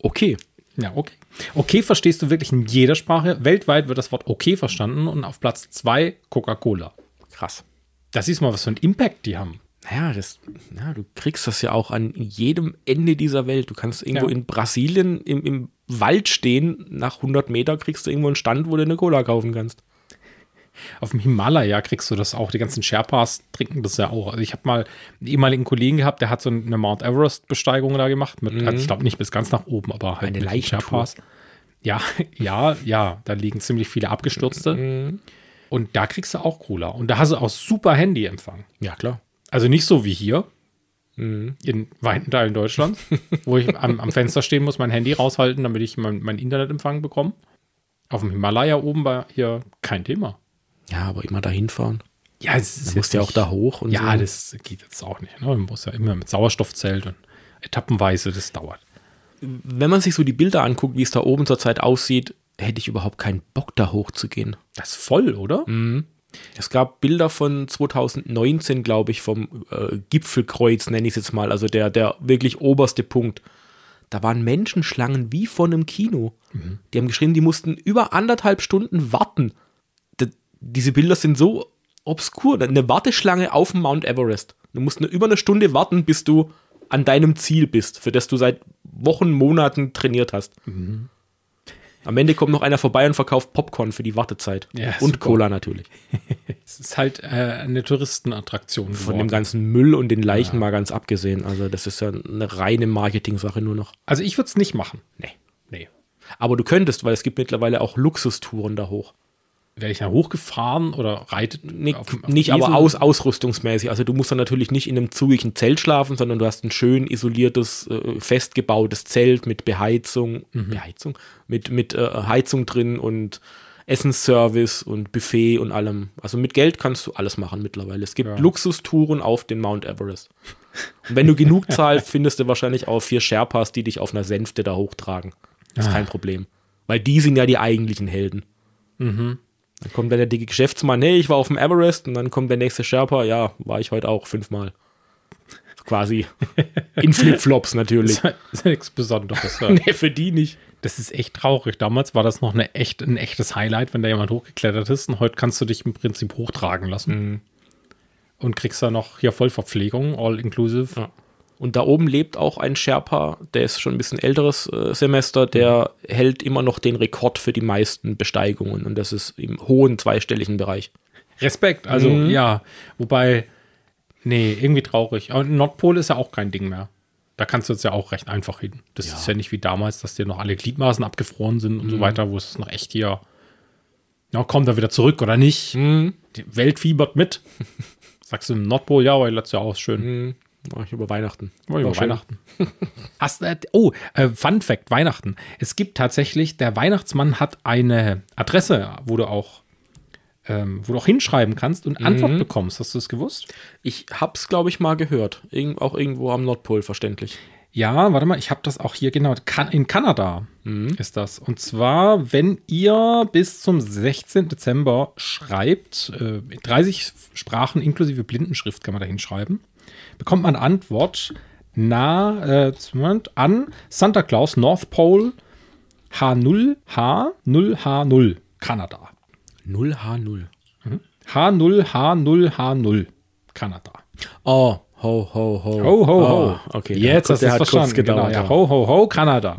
D: Okay.
A: Ja, okay. Okay verstehst du wirklich in jeder Sprache. Weltweit wird das Wort okay verstanden und auf Platz 2 Coca-Cola.
D: Krass.
A: Das ist mal, was für einen Impact die haben.
D: Naja, das, ja, du kriegst das ja auch an jedem Ende dieser Welt. Du kannst irgendwo
A: Ja.
D: in Brasilien im, im Wald stehen, nach 100 Meter kriegst du irgendwo einen Stand, wo du eine Cola kaufen kannst.
A: Auf dem Himalaya kriegst du das auch. Die ganzen Sherpas trinken das ja auch. Also ich habe mal einen ehemaligen Kollegen gehabt, der hat so eine Mount Everest-Besteigung da gemacht. Mit, also ich glaube nicht bis ganz nach oben, aber halt
D: Mhm. Eine
A: mit den
D: Leichentour. Mhm.
A: Ja, ja, ja. Da liegen ziemlich viele Abgestürzte. Und da kriegst du auch Cola. Und da hast du auch super Handyempfang.
D: Ja, klar. Mhm.
A: Also nicht so wie hier in weiten Teilen Deutschlands, wo ich am, am Fenster stehen muss, mein Handy raushalten, damit ich mein, mein Internetempfang bekomme. Auf dem Himalaya oben war hier kein Thema.
D: Ja, aber immer dahin fahren.
A: Ja, es ist
D: Du musst ja auch da hoch und
A: Ja,
D: so.
A: das geht jetzt auch nicht. Ne? Man muss ja immer mit Sauerstoffzelt und etappenweise, das dauert.
D: Wenn man sich so die Bilder anguckt, wie es da oben zurzeit aussieht, hätte ich überhaupt keinen Bock, da hochzugehen.
A: Das ist voll, oder?
D: Es gab Bilder von 2019, glaube ich, vom äh, Gipfelkreuz, nenne ich es jetzt mal, also der, der wirklich oberste Punkt. Da waren Menschenschlangen wie von einem Kino.
A: Mhm.
D: Die haben geschrieben, die mussten über anderthalb Stunden warten. D diese Bilder sind so obskur. Eine Warteschlange auf dem Mount Everest. Du musst nur über eine Stunde warten, bis du an deinem Ziel bist, für das du seit Wochen, Monaten trainiert hast.
A: Mhm.
D: Am Ende kommt noch einer vorbei und verkauft Popcorn für die Wartezeit.
A: Ja,
D: und
A: super.
D: Cola natürlich.
A: Es ist halt äh, eine Touristenattraktion
D: Von
A: geworden.
D: dem ganzen Müll und den Leichen mal ganz abgesehen. Also, das ist ja eine reine Marketing-Sache nur noch.
A: Also ich würde es nicht machen.
D: Nee.
A: Nee.
D: Aber du könntest, weil es gibt mittlerweile auch Luxustouren da hoch.
A: Wäre ich da hochgefahren oder reitet?
D: Nee,
A: auf dem- auf dem
D: nicht, aber
A: Esel?
D: aus, ausrüstungsmäßig. Also, du musst dann natürlich nicht in einem zugigen Zelt schlafen, sondern du hast ein schön isoliertes, äh, festgebautes Zelt mit Beheizung.
A: Mhm.
D: Beheizung? Mit, mit äh, Heizung drin und Essensservice und Buffet und allem. Also, mit Geld kannst du alles machen mittlerweile. Es gibt Luxustouren auf den Mount Everest. Und wenn du genug zahlst, findest du wahrscheinlich auch vier Sherpas, die dich auf einer Sänfte da hochtragen. Ist
A: Ah.
D: kein Problem. Weil die sind ja die eigentlichen Helden. Dann kommt dann der dicke Geschäftsmann, hey, ich war auf dem Everest. Und dann kommt der nächste Sherpa, ja, war ich heute auch fünfmal. Quasi. In Flipflops natürlich.
A: Das ist nichts Besonderes. Ja.
D: nee, für die nicht.
A: Das ist echt traurig. Damals war das noch eine echt, ein echtes Highlight, wenn da jemand hochgeklettert ist. Und heute kannst du dich im Prinzip hochtragen lassen.
D: Mhm.
A: Und kriegst da noch hier Vollverpflegung, all inclusive.
D: Und da oben lebt auch ein Sherpa, der ist schon ein bisschen älteres äh, Semester, der
A: Mhm.
D: hält immer noch den Rekord für die meisten Besteigungen. Und das ist im hohen zweistelligen Bereich.
A: Respekt, also ja. Wobei, nee, irgendwie traurig. Aber Nordpol ist ja auch kein Ding mehr. Da kannst du jetzt ja auch recht einfach hin. Das ist ja nicht wie damals, dass dir noch alle Gliedmaßen abgefroren sind und so weiter, wo es noch echt hier, na, kommt er wieder zurück oder nicht? Die Welt fiebert mit. Sagst du im Nordpol, ja, weil letztes Jahr auch schön.
D: War ich über Weihnachten.
A: War über
D: schön.
A: Weihnachten. Hast, äh, oh, äh, Fun Fact, Weihnachten. Es gibt tatsächlich, der Weihnachtsmann hat eine Adresse, wo du auch, ähm, wo du auch hinschreiben kannst und Antwort bekommst. Hast du es gewusst?
D: Ich hab's, glaube ich, mal gehört. Irgend, auch irgendwo am Nordpol, verständlich.
A: Ja, warte mal, ich habe das auch hier genau. Kan in Kanada ist das. Und zwar, wenn ihr bis zum 16. Dezember schreibt, äh, in 30 Sprachen inklusive Blindenschrift kann man da hinschreiben, bekommt man Antwort na, äh, Moment, an Santa Claus North Pole H0H0H0 Kanada.
D: 0H0.
A: H0H0H0 Kanada.
D: Oh, ho, ho, ho.
A: Ho, ho, ho.
D: Oh, okay, der
A: Jetzt
D: hat-
A: hast du
D: der
A: es
D: hat kurz
A: verstanden. Genau,
D: gedauert,
A: ja.
D: ja. Mhm.
A: Ho, ho, ho, Kanada.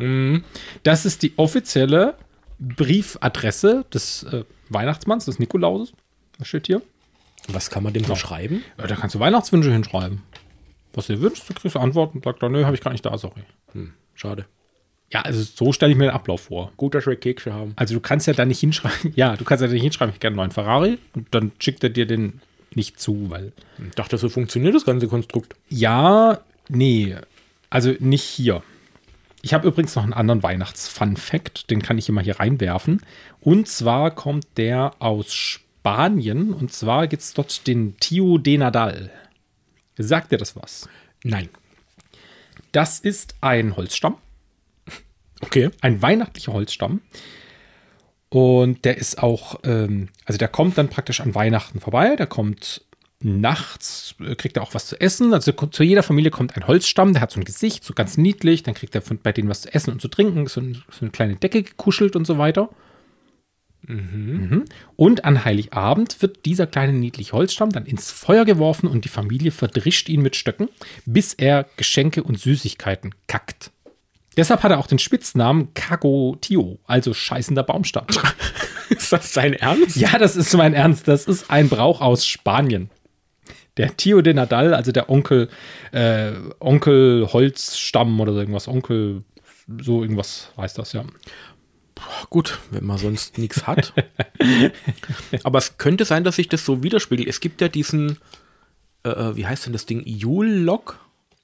A: Das ist die offizielle Briefadresse des äh, Weihnachtsmanns, des Nikolauses. Das steht hier.
D: Was kann man dem so schreiben?
A: Ja, da kannst du Weihnachtswünsche hinschreiben. Was du dir wünschst, du kriegst Antworten und sagst dann, nö, habe ich gar nicht da, sorry.
D: Schade.
A: Ja, also so stelle ich mir den Ablauf vor.
D: Gut, dass wir Kekse haben.
A: Also du kannst ja da nicht hinschreiben, ja, du kannst ja da nicht hinschreiben, ich hätte gerne einen neuen Ferrari und dann schickt er dir den nicht zu, weil
D: Ich dachte, so funktioniert das ganze Konstrukt.
A: Ja, nee. Also nicht hier. Ich habe übrigens noch einen anderen Weihnachts-Fun-Fact, den kann ich immer hier reinwerfen. Und zwar kommt der aus Spanien. Und zwar gibt es dort den Tio de Nadal. Sagt dir das was?
D: Nein.
A: Das ist ein Holzstamm,
D: Okay.
A: ein weihnachtlicher Holzstamm. Und der ist auch, ähm, also der kommt dann praktisch an Weihnachten vorbei. Der kommt nachts, äh, kriegt er auch was zu essen. Also ko- zu jeder Familie kommt ein Holzstamm, der hat so ein Gesicht, so ganz niedlich. Dann kriegt er von, bei denen was zu essen und zu trinken. Ist So, ein, so eine kleine Decke gekuschelt und so weiter. Mhm. Und an Heiligabend wird dieser kleine niedliche Holzstamm dann ins Feuer geworfen und die Familie verdrischt ihn mit Stöcken, bis er Geschenke und Süßigkeiten kackt. Deshalb hat er auch den Spitznamen Kagotio, also scheißender Baumstamm.
D: Ist das sein Ernst?
A: Ja, das ist mein Ernst. Das ist ein Brauch aus Spanien. Der Tio de Nadal, also der Onkel, äh, Onkel Holzstamm oder so irgendwas, Onkel, so irgendwas heißt das, ja.
D: gut, wenn man sonst nichts hat. Aber es könnte sein, dass sich das so widerspiegelt. Es gibt ja diesen, äh, äh, wie heißt denn das Ding? Yule-Log?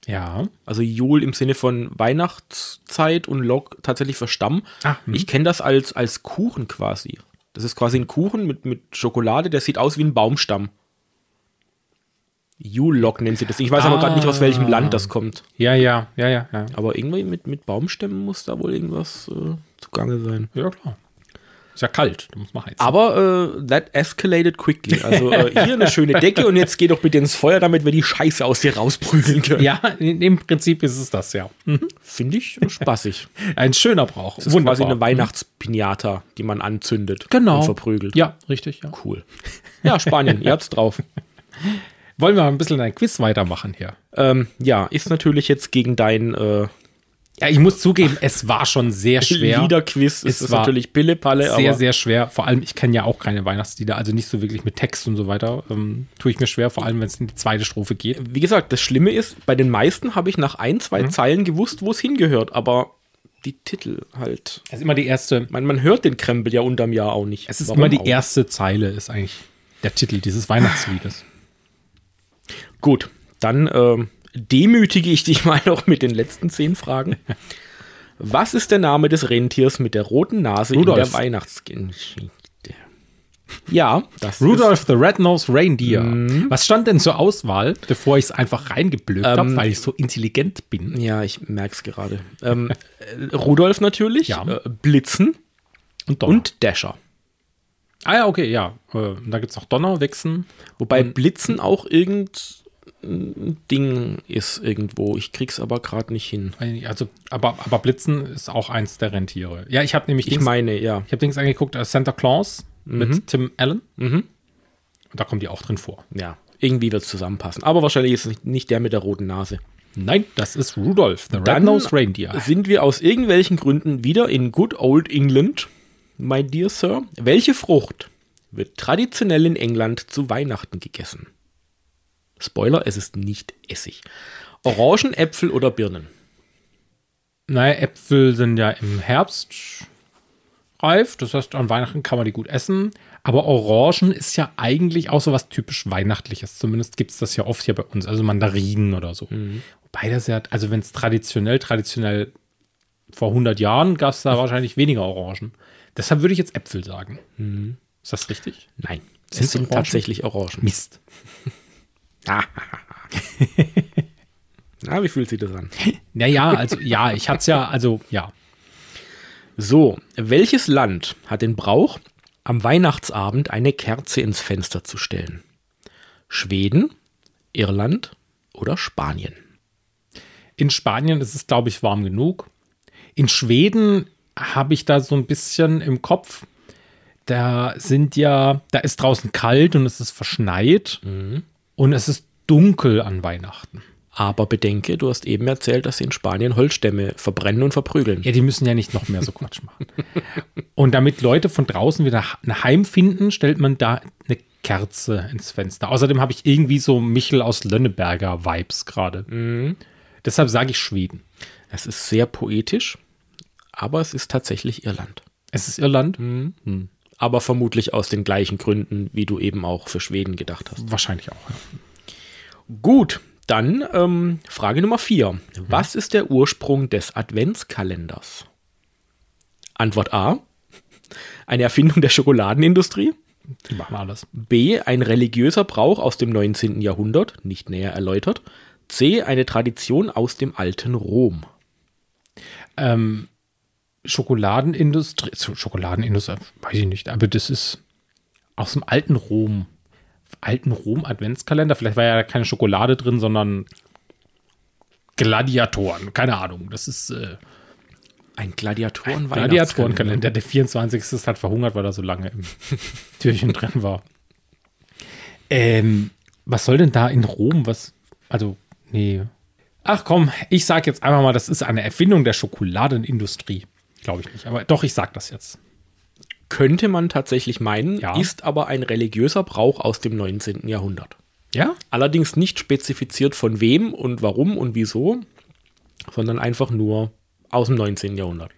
A: Ja.
D: Also Jul im Sinne von Weihnachtszeit und Log tatsächlich für Stamm.
A: Ah, hm.
D: ich kenne das als, als Kuchen quasi. Das ist quasi ein Kuchen mit, mit Schokolade, der sieht aus wie ein Baumstamm. Jul-Log nennt sie das. Ich weiß aber gerade nicht,
A: Ah.
D: aus welchem Land das kommt.
A: Ja, ja, ja, ja, ja.
D: Aber irgendwie mit, mit Baumstämmen muss da wohl irgendwas äh, zugange sein.
A: Ja, klar. Ist ja kalt, da muss man heizen.
D: Aber äh, that escalated quickly. Also äh, hier eine schöne Decke und jetzt geh doch bitte ins Feuer, damit wir die Scheiße aus dir rausprügeln können.
A: ja, in- im Prinzip ist es das, ja. Mhm.
D: Finde ich spaßig.
A: Ein schöner Brauch.
D: Das ist quasi eine Weihnachtspinata, die man anzündet
A: Mhm. Genau.
D: und verprügelt.
A: Ja, richtig, ja.
D: Cool. Ja, Spanien, ihr habt's drauf.
A: Wollen wir mal ein bisschen ein Quiz weitermachen hier?
D: Ähm, ja, ist natürlich jetzt gegen dein äh,
A: Ja, ich muss zugeben, es war schon sehr schwer.
D: Liederquiz.
A: Es
D: Ist es
A: war
D: natürlich Pille-Palle,
A: sehr,
D: aber
A: sehr schwer. Vor allem, ich kenne ja auch keine Weihnachtslieder, also nicht so wirklich mit Text und so weiter. Ähm, tue ich mir schwer, vor allem, wenn es in die zweite Strophe geht.
D: wie gesagt, das Schlimme ist, bei den meisten habe ich nach ein, zwei Zeilen gewusst, wo es hingehört, aber die Titel halt.
A: Es ist immer die erste,
D: Man, man hört den Krempel ja unterm Jahr auch nicht.
A: es ist
D: Warum
A: immer die
D: auch?
A: erste Zeile, ist eigentlich der Titel dieses Weihnachtsliedes.
D: Gut, dann ähm, demütige ich dich mal noch mit den letzten zehn Fragen. Was ist der Name des Rentiers mit der roten Nase in
A: Rudolf.
D: der Weihnachtsgeschichte? Ja, das
A: Rudolph the Red-Nosed Reindeer. Was stand denn zur Auswahl, bevor ich es einfach reingeblökt habe, weil ich so intelligent bin?
D: Ist, ja, ich merk's gerade. Ähm, äh, Rudolf natürlich,
A: Ja.
D: äh, Blitzen
A: Und Donner.
D: und Dasher.
A: Ah ja, okay, ja. Äh, da gibt es noch Donner, Wichsen.
D: Wobei Blitzen auch irgend ein Ding ist irgendwo. Ich krieg's aber gerade nicht hin.
A: Also, aber, aber Blitzen ist auch eins der Rentiere. Ja, ich habe nämlich
D: Ich
A: Dings-
D: meine, ja.
A: Ich habe Dings angeguckt, äh, Santa Claus mit Tim Allen. Und da kommt die auch drin vor.
D: Ja, irgendwie wird's zusammenpassen. Aber wahrscheinlich ist es nicht- nicht der mit der roten Nase.
A: Nein, das ist Rudolph, the
D: Dann
A: Red-Nosed Reindeer.
D: sind wir aus irgendwelchen Gründen wieder in Good Old England, my dear Sir. Welche Frucht wird traditionell in England zu Weihnachten gegessen? Spoiler, es ist nicht Essig. Orangen, Äpfel oder Birnen?
A: Naja, Äpfel sind ja im Herbst reif. Das heißt, an Weihnachten kann man die gut essen. Aber Orangen ist ja eigentlich auch so was typisch Weihnachtliches. Zumindest gibt es das ja oft hier bei uns. Also Mandarinen oder so.
D: Mhm.
A: Wobei das ja, also wenn es traditionell, traditionell vor 100 Jahren gab es da wahrscheinlich weniger Orangen. Deshalb würde ich jetzt Äpfel sagen. Ist das richtig?
D: Mhm. Nein,
A: Sind's
D: es sind
A: Orangen?
D: tatsächlich Orangen.
A: Mist.
D: Na, wie fühlt sich das an?
A: Naja, also ja, ich hatte es ja, also ja.
D: So, welches Land hat den Brauch, am Weihnachtsabend eine Kerze ins Fenster zu stellen? Schweden, Irland oder Spanien?
A: In Spanien ist es, glaube ich, warm genug. In Schweden habe ich da so ein bisschen im Kopf, da sind ja, da ist draußen kalt und es ist verschneit und es ist dunkel an Weihnachten.
D: Aber bedenke, du hast eben erzählt, dass sie in Spanien Holzstämme verbrennen und verprügeln.
A: Ja, die müssen ja nicht noch mehr so Quatsch machen. Und damit Leute von draußen wieder ein Heim finden, stellt man da eine Kerze ins Fenster. Außerdem habe ich irgendwie so Michel aus Lönneberger Vibes gerade. Deshalb sage ich Schweden.
D: Es ist sehr poetisch, aber es ist tatsächlich Irland.
A: Es ist Irland.
D: Aber vermutlich aus den gleichen Gründen, wie du eben auch für Schweden gedacht hast.
A: Wahrscheinlich auch. Ja.
D: Gut, dann ähm, Frage Nummer vier. Was ist der Ursprung des Adventskalenders? Antwort A. Eine Erfindung der Schokoladenindustrie.
A: Die machen alles.
D: B. Ein religiöser Brauch aus dem 19. Jahrhundert, nicht näher erläutert. C. Eine Tradition aus dem alten Rom.
A: Ähm, Schokoladenindustrie, so, Schokoladenindustrie, weiß ich nicht, aber das ist aus dem alten Rom. Alten Rom Adventskalender, vielleicht war ja keine Schokolade drin, sondern Gladiatoren, keine Ahnung. Das ist äh,
D: Ein Gladiatoren
A: Gladiatorenkalender. Der 24. ist halt verhungert, weil er so lange im Türchen drin war. Ähm, was soll denn da in Rom? Was? Also, nee. Ach komm, ich sag jetzt einfach mal, das ist eine Erfindung der Schokoladenindustrie. Glaube ich nicht. Aber doch, ich sag das jetzt.
D: Könnte man tatsächlich meinen,
A: Ja.
D: ist aber ein religiöser Brauch aus dem 19. Jahrhundert.
A: Ja?
D: Allerdings nicht spezifiziert von wem und warum und wieso, sondern einfach nur aus dem 19. Jahrhundert.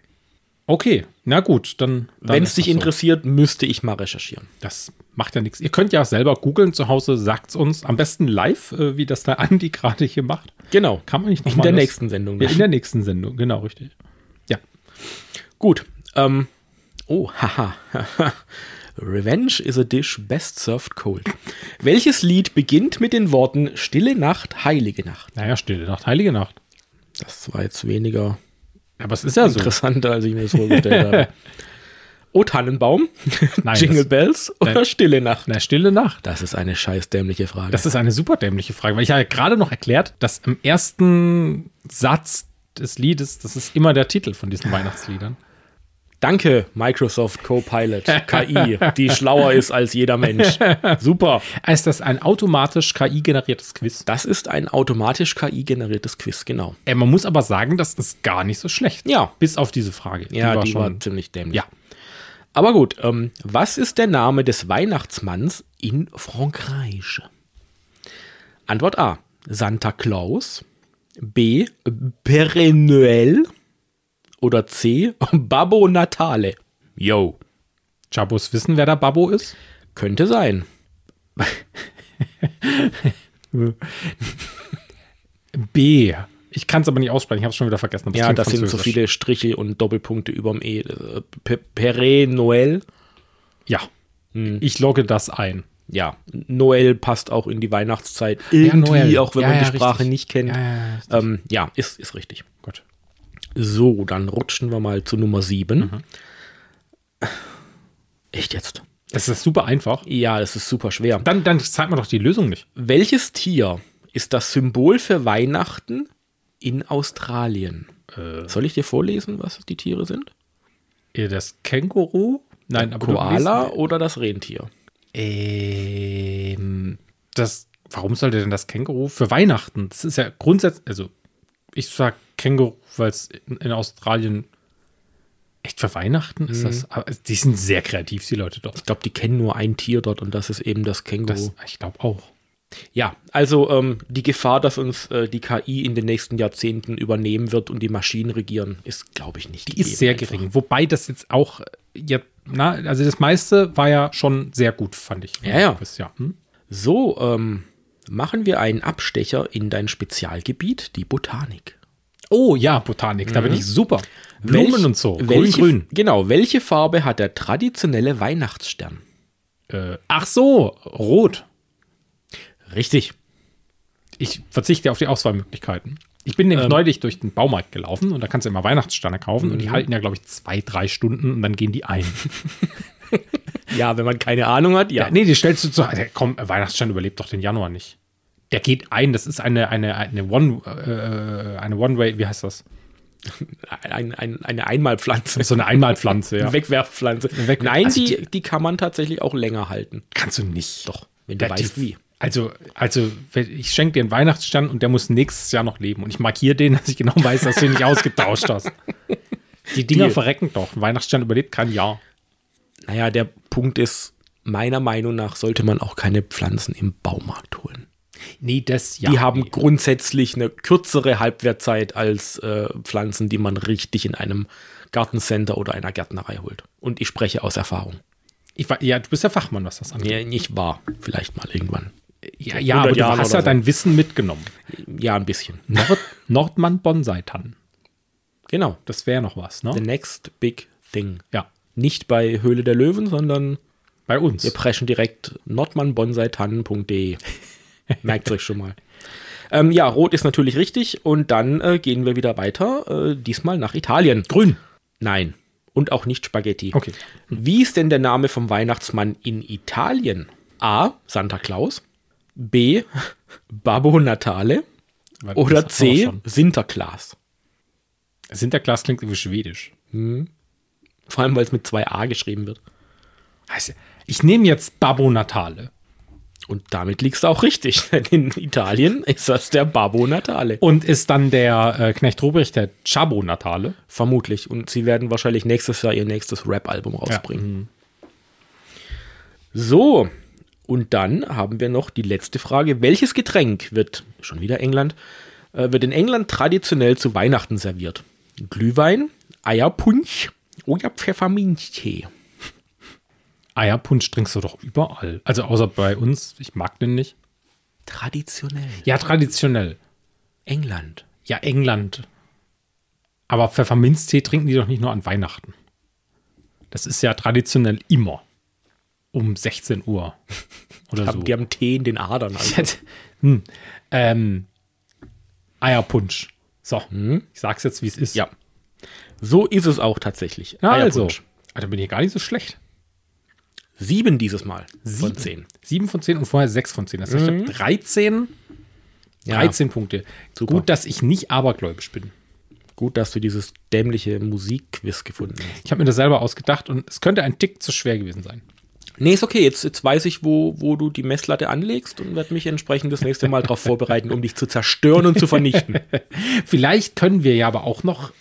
A: Okay, na gut, dann. dann
D: Wenn
A: ist
D: es dich
A: das so.
D: interessiert, müsste ich mal recherchieren.
A: Das macht ja nichts. Ihr könnt ja selber googeln zu Hause, sagt's uns. Am besten live, äh, wie das der Andi gerade hier macht.
D: Genau.
A: Kann man nicht noch
D: In
A: mal
D: der
A: anders-
D: nächsten Sendung. ne?
A: Ja, in der nächsten Sendung, genau, richtig. Ja.
D: Gut. Ähm, oh, haha. Revenge is a dish best served cold. Welches Lied beginnt mit den Worten Stille Nacht, Heilige Nacht?
A: Naja, Stille Nacht, Heilige Nacht.
D: Das war jetzt weniger
A: Aber es ist ja so.
D: interessanter, als ich mir das vorgestellt habe. O Tannenbaum,
A: Nein,
D: Jingle
A: das-
D: Bells oder
A: Nein.
D: Stille Nacht?
A: Na, Stille Nacht.
D: Das ist eine scheißdämliche Frage.
A: Das ist eine super dämliche Frage, weil ich habe ja gerade noch erklärt, dass im ersten Satz des Liedes, das ist immer der Titel von diesen Weihnachtsliedern.
D: Danke, Microsoft Copilot, KI, die schlauer ist als jeder Mensch. Super.
A: Ist das ein automatisch KI-generiertes Quiz?
D: Das ist ein automatisch KI-generiertes Quiz, genau.
A: Äh, man muss aber sagen, das ist gar nicht so schlecht.
D: Ja.
A: Bis auf diese Frage.
D: Ja, die war,
A: schon-
D: ziemlich dämlich.
A: Ja.
D: Aber gut, ähm, was ist der Name des Weihnachtsmanns in Frankreich? Antwort A. Santa Claus. B. Père Noël. Oder C. Babbo Natale. Yo.
A: Jabos wissen, wer der Babbo ist?
D: Könnte sein.
A: B. Ich kann es aber nicht aussprechen, ich habe es schon wieder vergessen. aber es
D: Ja,
A: klingt
D: das sind so
A: französisch.
D: viele Striche und Doppelpunkte überm E. Äh, P- Père Noël.
A: Ja.
D: Hm.
A: Ich logge das ein.
D: Ja, Noël passt auch in die Weihnachtszeit. Irgendwie,
A: Noël.
D: auch wenn
A: Ja,
D: man
A: ja,
D: die Sprache
A: richtig.
D: nicht kennt.
A: Ja, ja, ja, richtig.
D: ähm, ja ist, ist richtig.
A: Gut.
D: So, dann rutschen wir mal zu Nummer 7. Mhm. Echt jetzt?
A: Das ist super einfach.
D: Ja, das ist super schwer.
A: Dann, dann zeigt man doch die Lösung nicht.
D: Welches Tier ist das Symbol für Weihnachten in Australien? Soll ich dir vorlesen, was die Tiere sind?
A: Äh, Das Känguru? Nein, aber du
D: Koala oder das Rentier?
A: liest- Ähm, das, warum sollte denn das Känguru für Weihnachten? Das ist ja grundsätzlich, also ich sag Känguru, weil es in, in Australien echt für Weihnachten ist.
D: Mhm.
A: Das, aber die sind sehr kreativ, die Leute dort.
D: Ich glaube, die kennen nur ein Tier dort und das ist eben das Känguru.
A: Das, ich glaube auch.
D: Ja, also ähm, die Gefahr, dass uns äh, die KI in den nächsten Jahrzehnten übernehmen wird und die Maschinen regieren, ist, glaube ich, nicht.
A: Die ist sehr gering. Wobei das jetzt auch, äh, ja, na, also das meiste war ja schon sehr gut, fand ich.
D: Ja, ja.
A: ja. Hm?
D: So, ähm, machen wir einen Abstecher in dein Spezialgebiet, die Botanik.
A: Oh ja, Botanik, da bin ich super. Blumen
D: Mhm. Welch-
A: und so,
D: welche,
A: grün,
D: Genau, welche Farbe hat der traditionelle Weihnachtsstern?
A: grün. Äh, ach so, rot.
D: Richtig.
A: Ich verzichte auf die Auswahlmöglichkeiten. Ich bin nämlich neulich durch den Baumarkt gelaufen und da kannst du immer Weihnachtssterne kaufen und die halten ja, glaube ich, zwei, drei Stunden und dann gehen die ein.
D: Ja, wenn man keine Ahnung hat, ja.
A: Ja, nee, die stellst du zu. Ja, komm, Weihnachtsstern überlebt doch den Januar nicht. Der geht ein, das ist eine, eine, eine One, äh, eine One-Way, wie heißt das?
D: Ein, ein, eine Einmalpflanze.
A: So eine Einmalpflanze, ja.
D: Wegwerfpflanze.
A: Weg-
D: Nein,
A: also
D: die, die kann man tatsächlich auch länger halten.
A: Kannst du nicht. Doch,
D: wenn du weißt, wie.
A: Also, also, ich schenke dir einen Weihnachtsstern und der muss nächstes Jahr noch leben. Und ich markiere den, dass ich genau weiß, dass du ihn nicht ausgetauscht hast. Die Dinger
D: Deal.
A: verrecken doch. Ein Weihnachtsstern überlebt kein Jahr.
D: Naja, der Punkt ist, meiner Meinung nach sollte man auch keine Pflanzen im Baumarkt holen.
A: Nee, das Jahr.
D: Die haben grundsätzlich eine kürzere Halbwertzeit als äh, Pflanzen, die man richtig in einem Gartencenter oder einer Gärtnerei holt. Und ich spreche aus Erfahrung.
A: Ich, wa- ja, du bist ja Fachmann, was das angeht.
D: Ja, nicht wahr. Vielleicht mal irgendwann.
A: Ja, ja aber
D: 100
A: du
D: Jahre
A: hast
D: oder
A: ja
D: so.
A: dein Wissen mitgenommen.
D: Ja, ein bisschen.
A: Nord Nordmann Bonsai-Tannen.
D: Genau.
A: Das wäre noch was,
D: The
A: ne?
D: next big thing.
A: Ja,
D: Nicht bei Höhle der Löwen, sondern
A: bei uns.
D: wir preschen direkt nordmannbonsaitannen.de. Merkt euch schon mal. Ähm, ja, rot ist natürlich richtig. Und dann äh, gehen wir wieder weiter. Äh, diesmal nach Italien.
A: Grün.
D: Nein. Und auch nicht Spaghetti.
A: Okay.
D: Wie ist denn der Name vom Weihnachtsmann in Italien? A. Santa Claus. B. Babbo Natale.
A: Weil
D: Oder
A: das hatten wir
D: C.
A: schon.
D: Sinterklaas.
A: Sinterklaas klingt irgendwie schwedisch.
D: Vor allem, weil es mit zwei A geschrieben wird.
A: Heißt- Ich nehme jetzt Babbo Natale.
D: Und damit liegst du auch richtig. Denn in Italien ist das der Babbo Natale.
A: Und ist dann der äh, Knecht Ruprecht der Chabo Natale?
D: Vermutlich. Und sie werden wahrscheinlich nächstes Jahr ihr nächstes Rap-Album rausbringen. So, und dann haben wir noch die letzte Frage. Welches Getränk wird, schon wieder England, äh, wird in England traditionell zu Weihnachten serviert? Glühwein, Eierpunsch Oh ja, Pfefferminztee.
A: Eierpunsch trinkst du doch überall. Also außer bei uns. Ich mag den nicht.
D: Traditionell.
A: Ja, traditionell.
D: England.
A: Ja, England. Aber Pfefferminztee trinken die doch nicht nur an Weihnachten. Das ist ja traditionell immer. Um 16 Uhr. Oder so.
D: Haben, die haben Tee in den Adern. Also.
A: hm. ähm, Eierpunsch. So, ich sag's jetzt, wie es ist.
D: Hm? Ja. So ist es auch tatsächlich.
A: Na, also.
D: Eierpunsch.
A: Alter, bin ich gar nicht so schlecht.
D: Sieben Mhm. dieses Mal.
A: Sieben.
D: Von zehn.
A: 7 von 10 und vorher 6 von 10. Das heißt, ich hab 13, 13 Punkte.
D: Super.
A: Gut, dass ich nicht abergläubisch bin.
D: Gut, dass du dieses dämliche Musikquiz gefunden hast.
A: Ich habe mir das selber ausgedacht und es könnte ein Tick zu schwer gewesen sein.
D: Nee, ist okay. Jetzt, jetzt weiß ich, wo, wo du die Messlatte anlegst und werde mich entsprechend das nächste Mal darauf vorbereiten, um dich zu zerstören und zu vernichten.
A: Vielleicht können wir ja aber auch noch.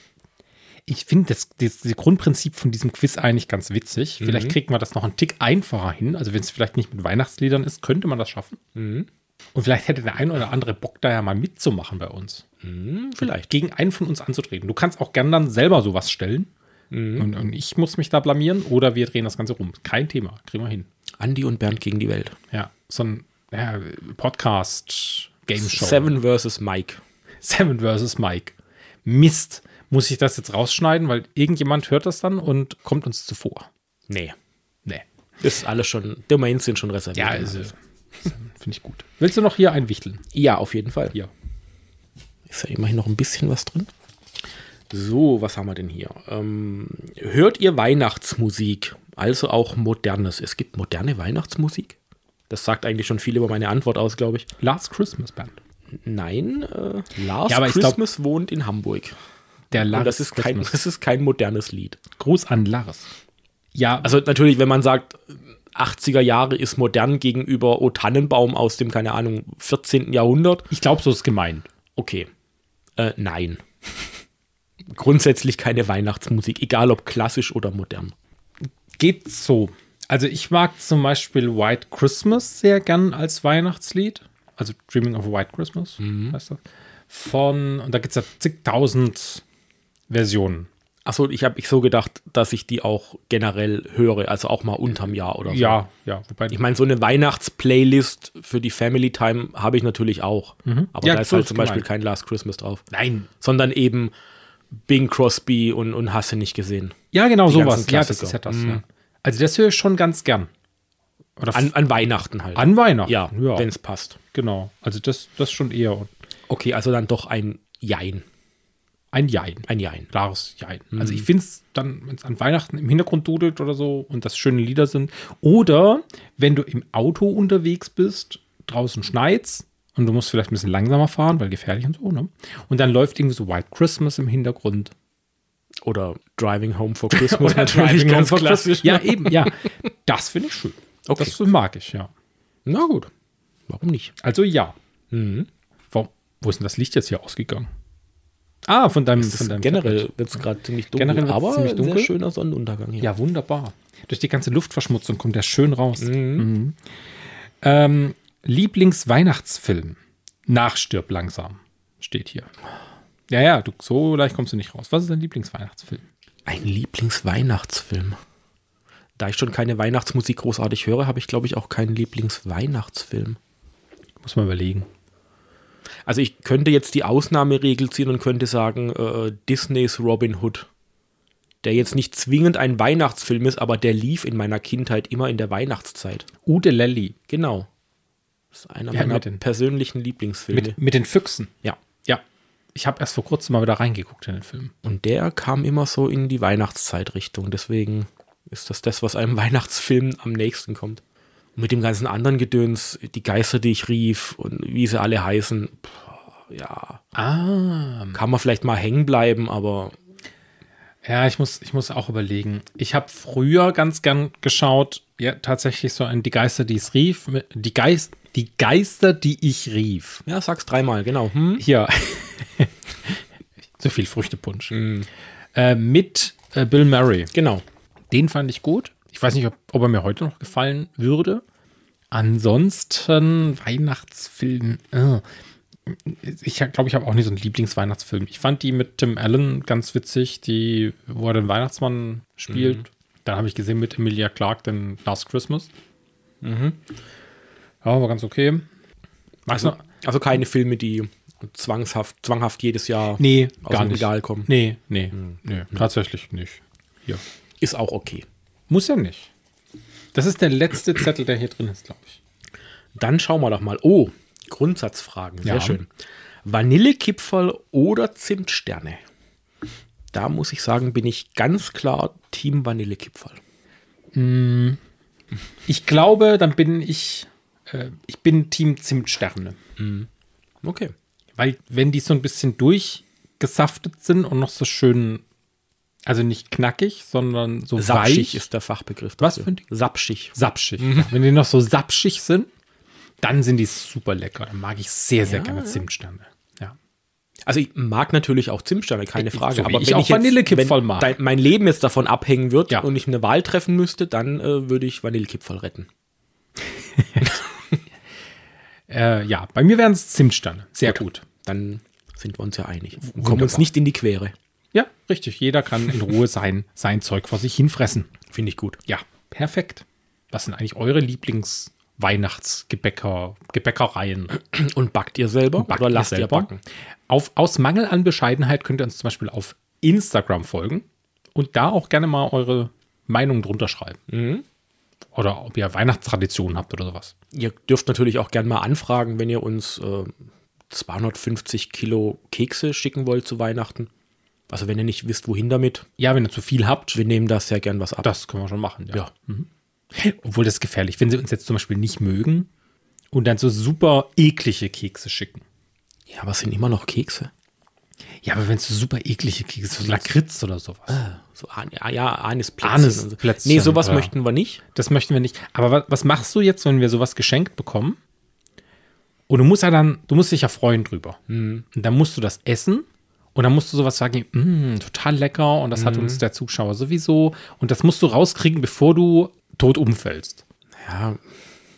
A: Ich finde das, das, das Grundprinzip von diesem Quiz eigentlich ganz witzig. Vielleicht kriegen wir das noch einen Tick einfacher hin. Also, wenn es vielleicht nicht mit Weihnachtsliedern ist, könnte man das schaffen. Und vielleicht hätte der ein oder andere Bock, da ja mal mitzumachen bei uns.
D: Vielleicht.
A: Gegen einen von uns anzutreten. Du kannst auch gern dann selber sowas stellen. Und, und ich muss mich da blamieren oder wir drehen das Ganze rum. Kein Thema. Kriegen wir hin.
D: Andi und Bernd gegen die Welt.
A: Ja, so ein ja, Podcast, Game Show.
D: Seven versus Mike.
A: Seven versus Mike. Mist. Muss ich das jetzt rausschneiden, weil irgendjemand hört das dann und kommt uns zuvor.
D: Nee.
A: Nee.
D: Ist alles schon, Domains sind schon reserviert.
A: Ja, also, finde ich gut. Willst du noch hier einwichteln?
D: ja, auf jeden Fall.
A: Hier.
D: Ist ja immerhin noch ein bisschen was drin. So, was haben wir denn hier? Ähm, hört ihr Weihnachtsmusik? Also auch modernes. Es gibt moderne Weihnachtsmusik? Das sagt eigentlich schon viel über meine Antwort aus, glaube ich.
A: Last Christmas Band.
D: Nein, äh, Lars
A: Ja, aber ich glaub-
D: Christmas wohnt in Hamburg.
A: Der
D: Und
A: Last
D: das ist, kein,
A: Christmas.
D: das ist kein modernes Lied.
A: Gruß an Lars. Ja, also
D: Also natürlich, wenn man sagt, 80er Jahre ist modern gegenüber O Tannenbaum aus dem, keine Ahnung, 14. Jahrhundert,
A: ich glaube, so ist gemeint.
D: okay. Äh, nein. Grundsätzlich keine Weihnachtsmusik, egal ob klassisch oder modern.
A: Geht so. Also ich mag zum Beispiel White Christmas sehr gern als Weihnachtslied. Also Dreaming of a White Christmas, heißt das. Von, und da gibt es ja zigtausend Versionen.
D: Achso, ich habe ich so gedacht, dass ich die auch generell höre, also auch mal unterm Jahr oder so.
A: Ja, ja. Wobei
D: Also Ich meine, so eine Weihnachtsplaylist für die Family Time habe ich natürlich auch. Aber
A: Mhm. Ja,
D: da ist
A: so
D: halt
A: ist
D: zum Beispiel
A: gemeint.
D: kein Last Christmas drauf.
A: Nein.
D: Sondern eben Bing Crosby und, und Hasse nicht gesehen.
A: Ja, genau
D: Die
A: sowas.
D: ganzen
A: Ja, das
D: Klassiker. Mhm.
A: ist ja das. Ja. Also das höre ich schon ganz gern. Oder
D: An,
A: an,
D: an Weihnachten halt.
A: an Weihnachten.
D: ja,
A: ja
D: wenn es passt.
A: genau. Also das, das schon eher und
D: Okay, also dann doch ein Jein.
A: ein Jein.
D: Ein Jein.
A: Klares Jein.
D: Mhm.
A: Also ich finde es dann, wenn es an Weihnachten im Hintergrund dudelt oder so und das schöne Lieder sind. Oder wenn du im Auto unterwegs bist, draußen schneit's und du musst vielleicht ein bisschen langsamer fahren, weil gefährlich und so, ne? Und dann läuft irgendwie so White Christmas im Hintergrund.
D: Oder Driving Home for Christmas
A: Oder
D: natürlich
A: Driving
D: ganz
A: Home for
D: klassisch. ne?
A: Christmas. Ja, eben, ja. Das finde ich schön.
D: Okay.
A: Das mag ich, ja.
D: Na gut. Warum nicht?
A: Also ja. Warum, wo ist denn das Licht jetzt hier ausgegangen? Ah, von deinem,
D: Das
A: von deinem
D: ist generell wird es gerade ziemlich dunkel,
A: Generell wird's
D: aber
A: ziemlich
D: ein
A: dunkel.
D: sehr schöner Sonnenuntergang hier.
A: Ja, wunderbar. Durch die ganze Luftverschmutzung kommt der schön raus. Mhm. Ähm, Lieblingsweihnachtsfilm. Nachstirb langsam. Steht hier. Ja, ja, du, so leicht kommst du nicht raus. Was ist dein Lieblingsweihnachtsfilm?
D: Ein Lieblingsweihnachtsfilm. Da ich schon keine Weihnachtsmusik großartig höre, habe ich, glaube ich, auch keinen Lieblingsweihnachtsfilm.
A: Muss man überlegen.
D: Also ich könnte jetzt die Ausnahmeregel ziehen und könnte sagen, äh, Disneys Robin Hood, der jetzt nicht zwingend ein Weihnachtsfilm ist, aber der lief in meiner Kindheit immer in der Weihnachtszeit.
A: Ude Lelli
D: Genau. Das ist einer
A: Ja,
D: meiner
A: mit den-
D: persönlichen Lieblingsfilme.
A: mit, mit den Füchsen.
D: ja.
A: Ja. Ich habe erst vor kurzem mal wieder reingeguckt in den Film.
D: Und der kam immer so in die Weihnachtszeitrichtung. Deswegen ist das das, was einem Weihnachtsfilm am nächsten kommt. Und mit dem ganzen anderen Gedöns, die Geister, die ich rief und wie sie alle heißen, pff, ja,
A: Ah.
D: kann man vielleicht mal hängen bleiben, aber
A: Ja, ich muss, ich muss auch überlegen. Ich habe früher ganz gern geschaut, ja, tatsächlich so an die Geister, die es rief. mit- Die, Geist, die Geister, die ich rief.
D: ja, sag's dreimal, genau. Hm?
A: hier so viel Früchtepunsch äh, mit äh, Bill Murray.
D: Genau.
A: Den fand ich gut. Ich weiß nicht, ob, ob er mir heute noch gefallen würde. Ansonsten Weihnachtsfilm. äh. ich glaube, ich habe auch nicht so einen Lieblingsweihnachtsfilm. Ich fand die mit Tim Allen ganz witzig, die, wo er den Weihnachtsmann spielt.
D: Mhm.
A: Dann habe ich gesehen mit Emilia Clarke den Last Christmas. Ja, war ganz okay. Magst
D: Mhm. Also,
A: du?
D: also keine Filme, die zwangshaft, zwanghaft jedes Jahr
A: Nee,
D: aus
A: gar
D: dem
A: nicht.
D: Regal kommen. Mhm.
A: Nee, nee, nee, tatsächlich nicht. Hier.
D: Ist auch okay.
A: Muss ja nicht. Das ist der letzte Zettel, der hier drin ist, glaube ich.
D: Dann schauen wir doch mal. Oh, Grundsatzfragen. Sehr
A: Ja.
D: schön. Vanillekipferl oder Zimtsterne? Da muss ich sagen, bin ich ganz klar Team Vanillekipferl.
A: Ich glaube, dann bin ich, äh, ich bin Team Zimtsterne.
D: Okay.
A: Weil, wenn die so ein bisschen durchgesaftet sind und noch so schön, also nicht knackig, sondern so
D: Sapschig
A: weich,
D: ist Mhm. der Fachbegriff.
A: Was für ein Ding?
D: Sapschig.
A: sapschig. Ja. Wenn die noch so sapschig sind, dann sind die super lecker. Dann mag ich sehr, sehr gerne Zimtsterne. Ja.
D: Also ich mag natürlich auch Zimtsterne, keine Frage.
A: so wie ich
D: wenn
A: auch
D: jetzt-
A: Vanillekipferl
D: wenn
A: mag.
D: Dein, mein Leben jetzt davon abhängen wird
A: Ja.
D: und ich eine Wahl treffen müsste, dann äh, würde ich Vanillekipferl retten.
A: Äh, ja, bei mir wären es Zimtsterne. Sehr gut.
D: Dann sind wir uns ja einig. Und kommen
A: Wunderbar.
D: uns nicht in die Quere.
A: Ja, richtig. Jeder kann in Ruhe sein, sein Zeug vor sich hinfressen.
D: Finde ich gut.
A: Ja, perfekt. Was sind eigentlich eure Lieblings-Weihnachtsgebäcker, Gebäckereien?
D: Und backt ihr selber
A: Backt
D: oder lasst ihr,
A: selber?
D: backen?
A: Auf, aus Mangel an Bescheidenheit könnt ihr uns zum Beispiel auf Instagram folgen und da auch gerne mal eure Meinung drunter schreiben. Oder ob ihr Weihnachtstraditionen habt oder sowas.
D: Ihr dürft natürlich auch gerne mal anfragen, wenn ihr uns äh, 250 Kilo Kekse schicken wollt zu Weihnachten. Also wenn ihr nicht wisst, wohin damit,
A: Ja, wenn ihr zu viel habt,
D: wir nehmen da sehr gern was ab.
A: das können wir schon machen. Ja. Mhm. Obwohl das ist gefährlich, wenn sie uns jetzt zum Beispiel nicht mögen und dann so super eklige Kekse schicken.
D: Ja, aber es sind immer noch Kekse.
A: Ja, aber wenn es so super eklige Kekse, so Lakritz oder sowas.
D: So, An- ah, ja, Anisplätzchen.
A: Anisplätzchen,
D: Nee, sowas
A: ja.
D: möchten wir nicht.
A: Das möchten wir nicht. Aber was, was machst du jetzt, wenn wir sowas geschenkt bekommen? Und du musst ja dann, du musst dich ja freuen drüber.
D: Mhm.
A: Und dann musst du das essen und dann musst du sowas sagen, "Mm, total lecker und das hat
D: Mhm.
A: uns der Zuschauer sowieso. Und das musst du rauskriegen, bevor du tot umfällst.
D: Ja,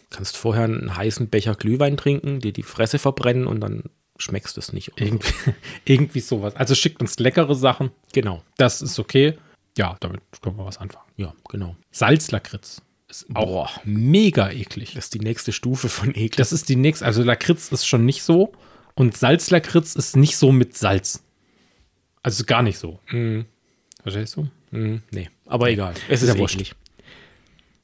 D: kannst vorher einen heißen Becher Glühwein trinken, dir die Fresse verbrennen und dann schmeckst du es nicht. oder so.
A: Irgendwie, irgendwie sowas. Also schickt uns leckere Sachen.
D: Genau.
A: Das ist okay. Ja, damit können wir was anfangen.
D: Ja, genau.
A: Salzlakritz ist auch mega eklig.
D: Das ist die nächste Stufe von Ekel.
A: Das ist die nächste. Also Lakritz ist schon nicht so. Und Salzlakritz ist nicht so mit Salz. Also gar nicht so.
D: Mhm.
A: Verstehst du?
D: Hm, nee, aber egal. Es ist
A: Ja,
D: ja
A: wurscht.
D: eklig.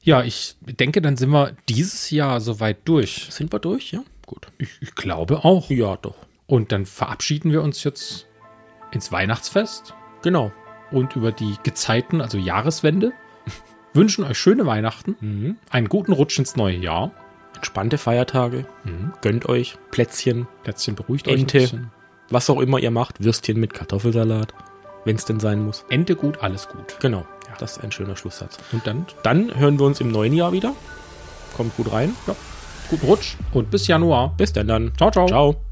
A: Ja, ich denke, dann sind wir dieses Jahr soweit durch.
D: Sind wir durch? Ja, gut.
A: Ich, ich glaube auch.
D: Ja, doch.
A: Und dann verabschieden wir uns jetzt ins Weihnachtsfest
D: Genau.
A: und über die Gezeiten, also Jahreswende. Wünschen euch schöne Weihnachten,
D: Mhm.
A: einen guten Rutsch ins neue Jahr.
D: Entspannte Feiertage. Gönnt euch Plätzchen,
A: Plätzchen beruhigt euch ein
D: Ente,
A: bisschen.
D: was auch immer ihr macht. Würstchen mit Kartoffelsalat, wenn es denn sein muss.
A: Ente gut, alles gut.
D: Genau. Das ist ein schöner Schlusssatz.
A: Und dann
D: Dann hören wir uns im neuen Jahr wieder. Kommt gut rein. Ja.
A: guten Rutsch und bis Januar.
D: Bis dann dann.
A: Ciao, ciao.
D: Ciao.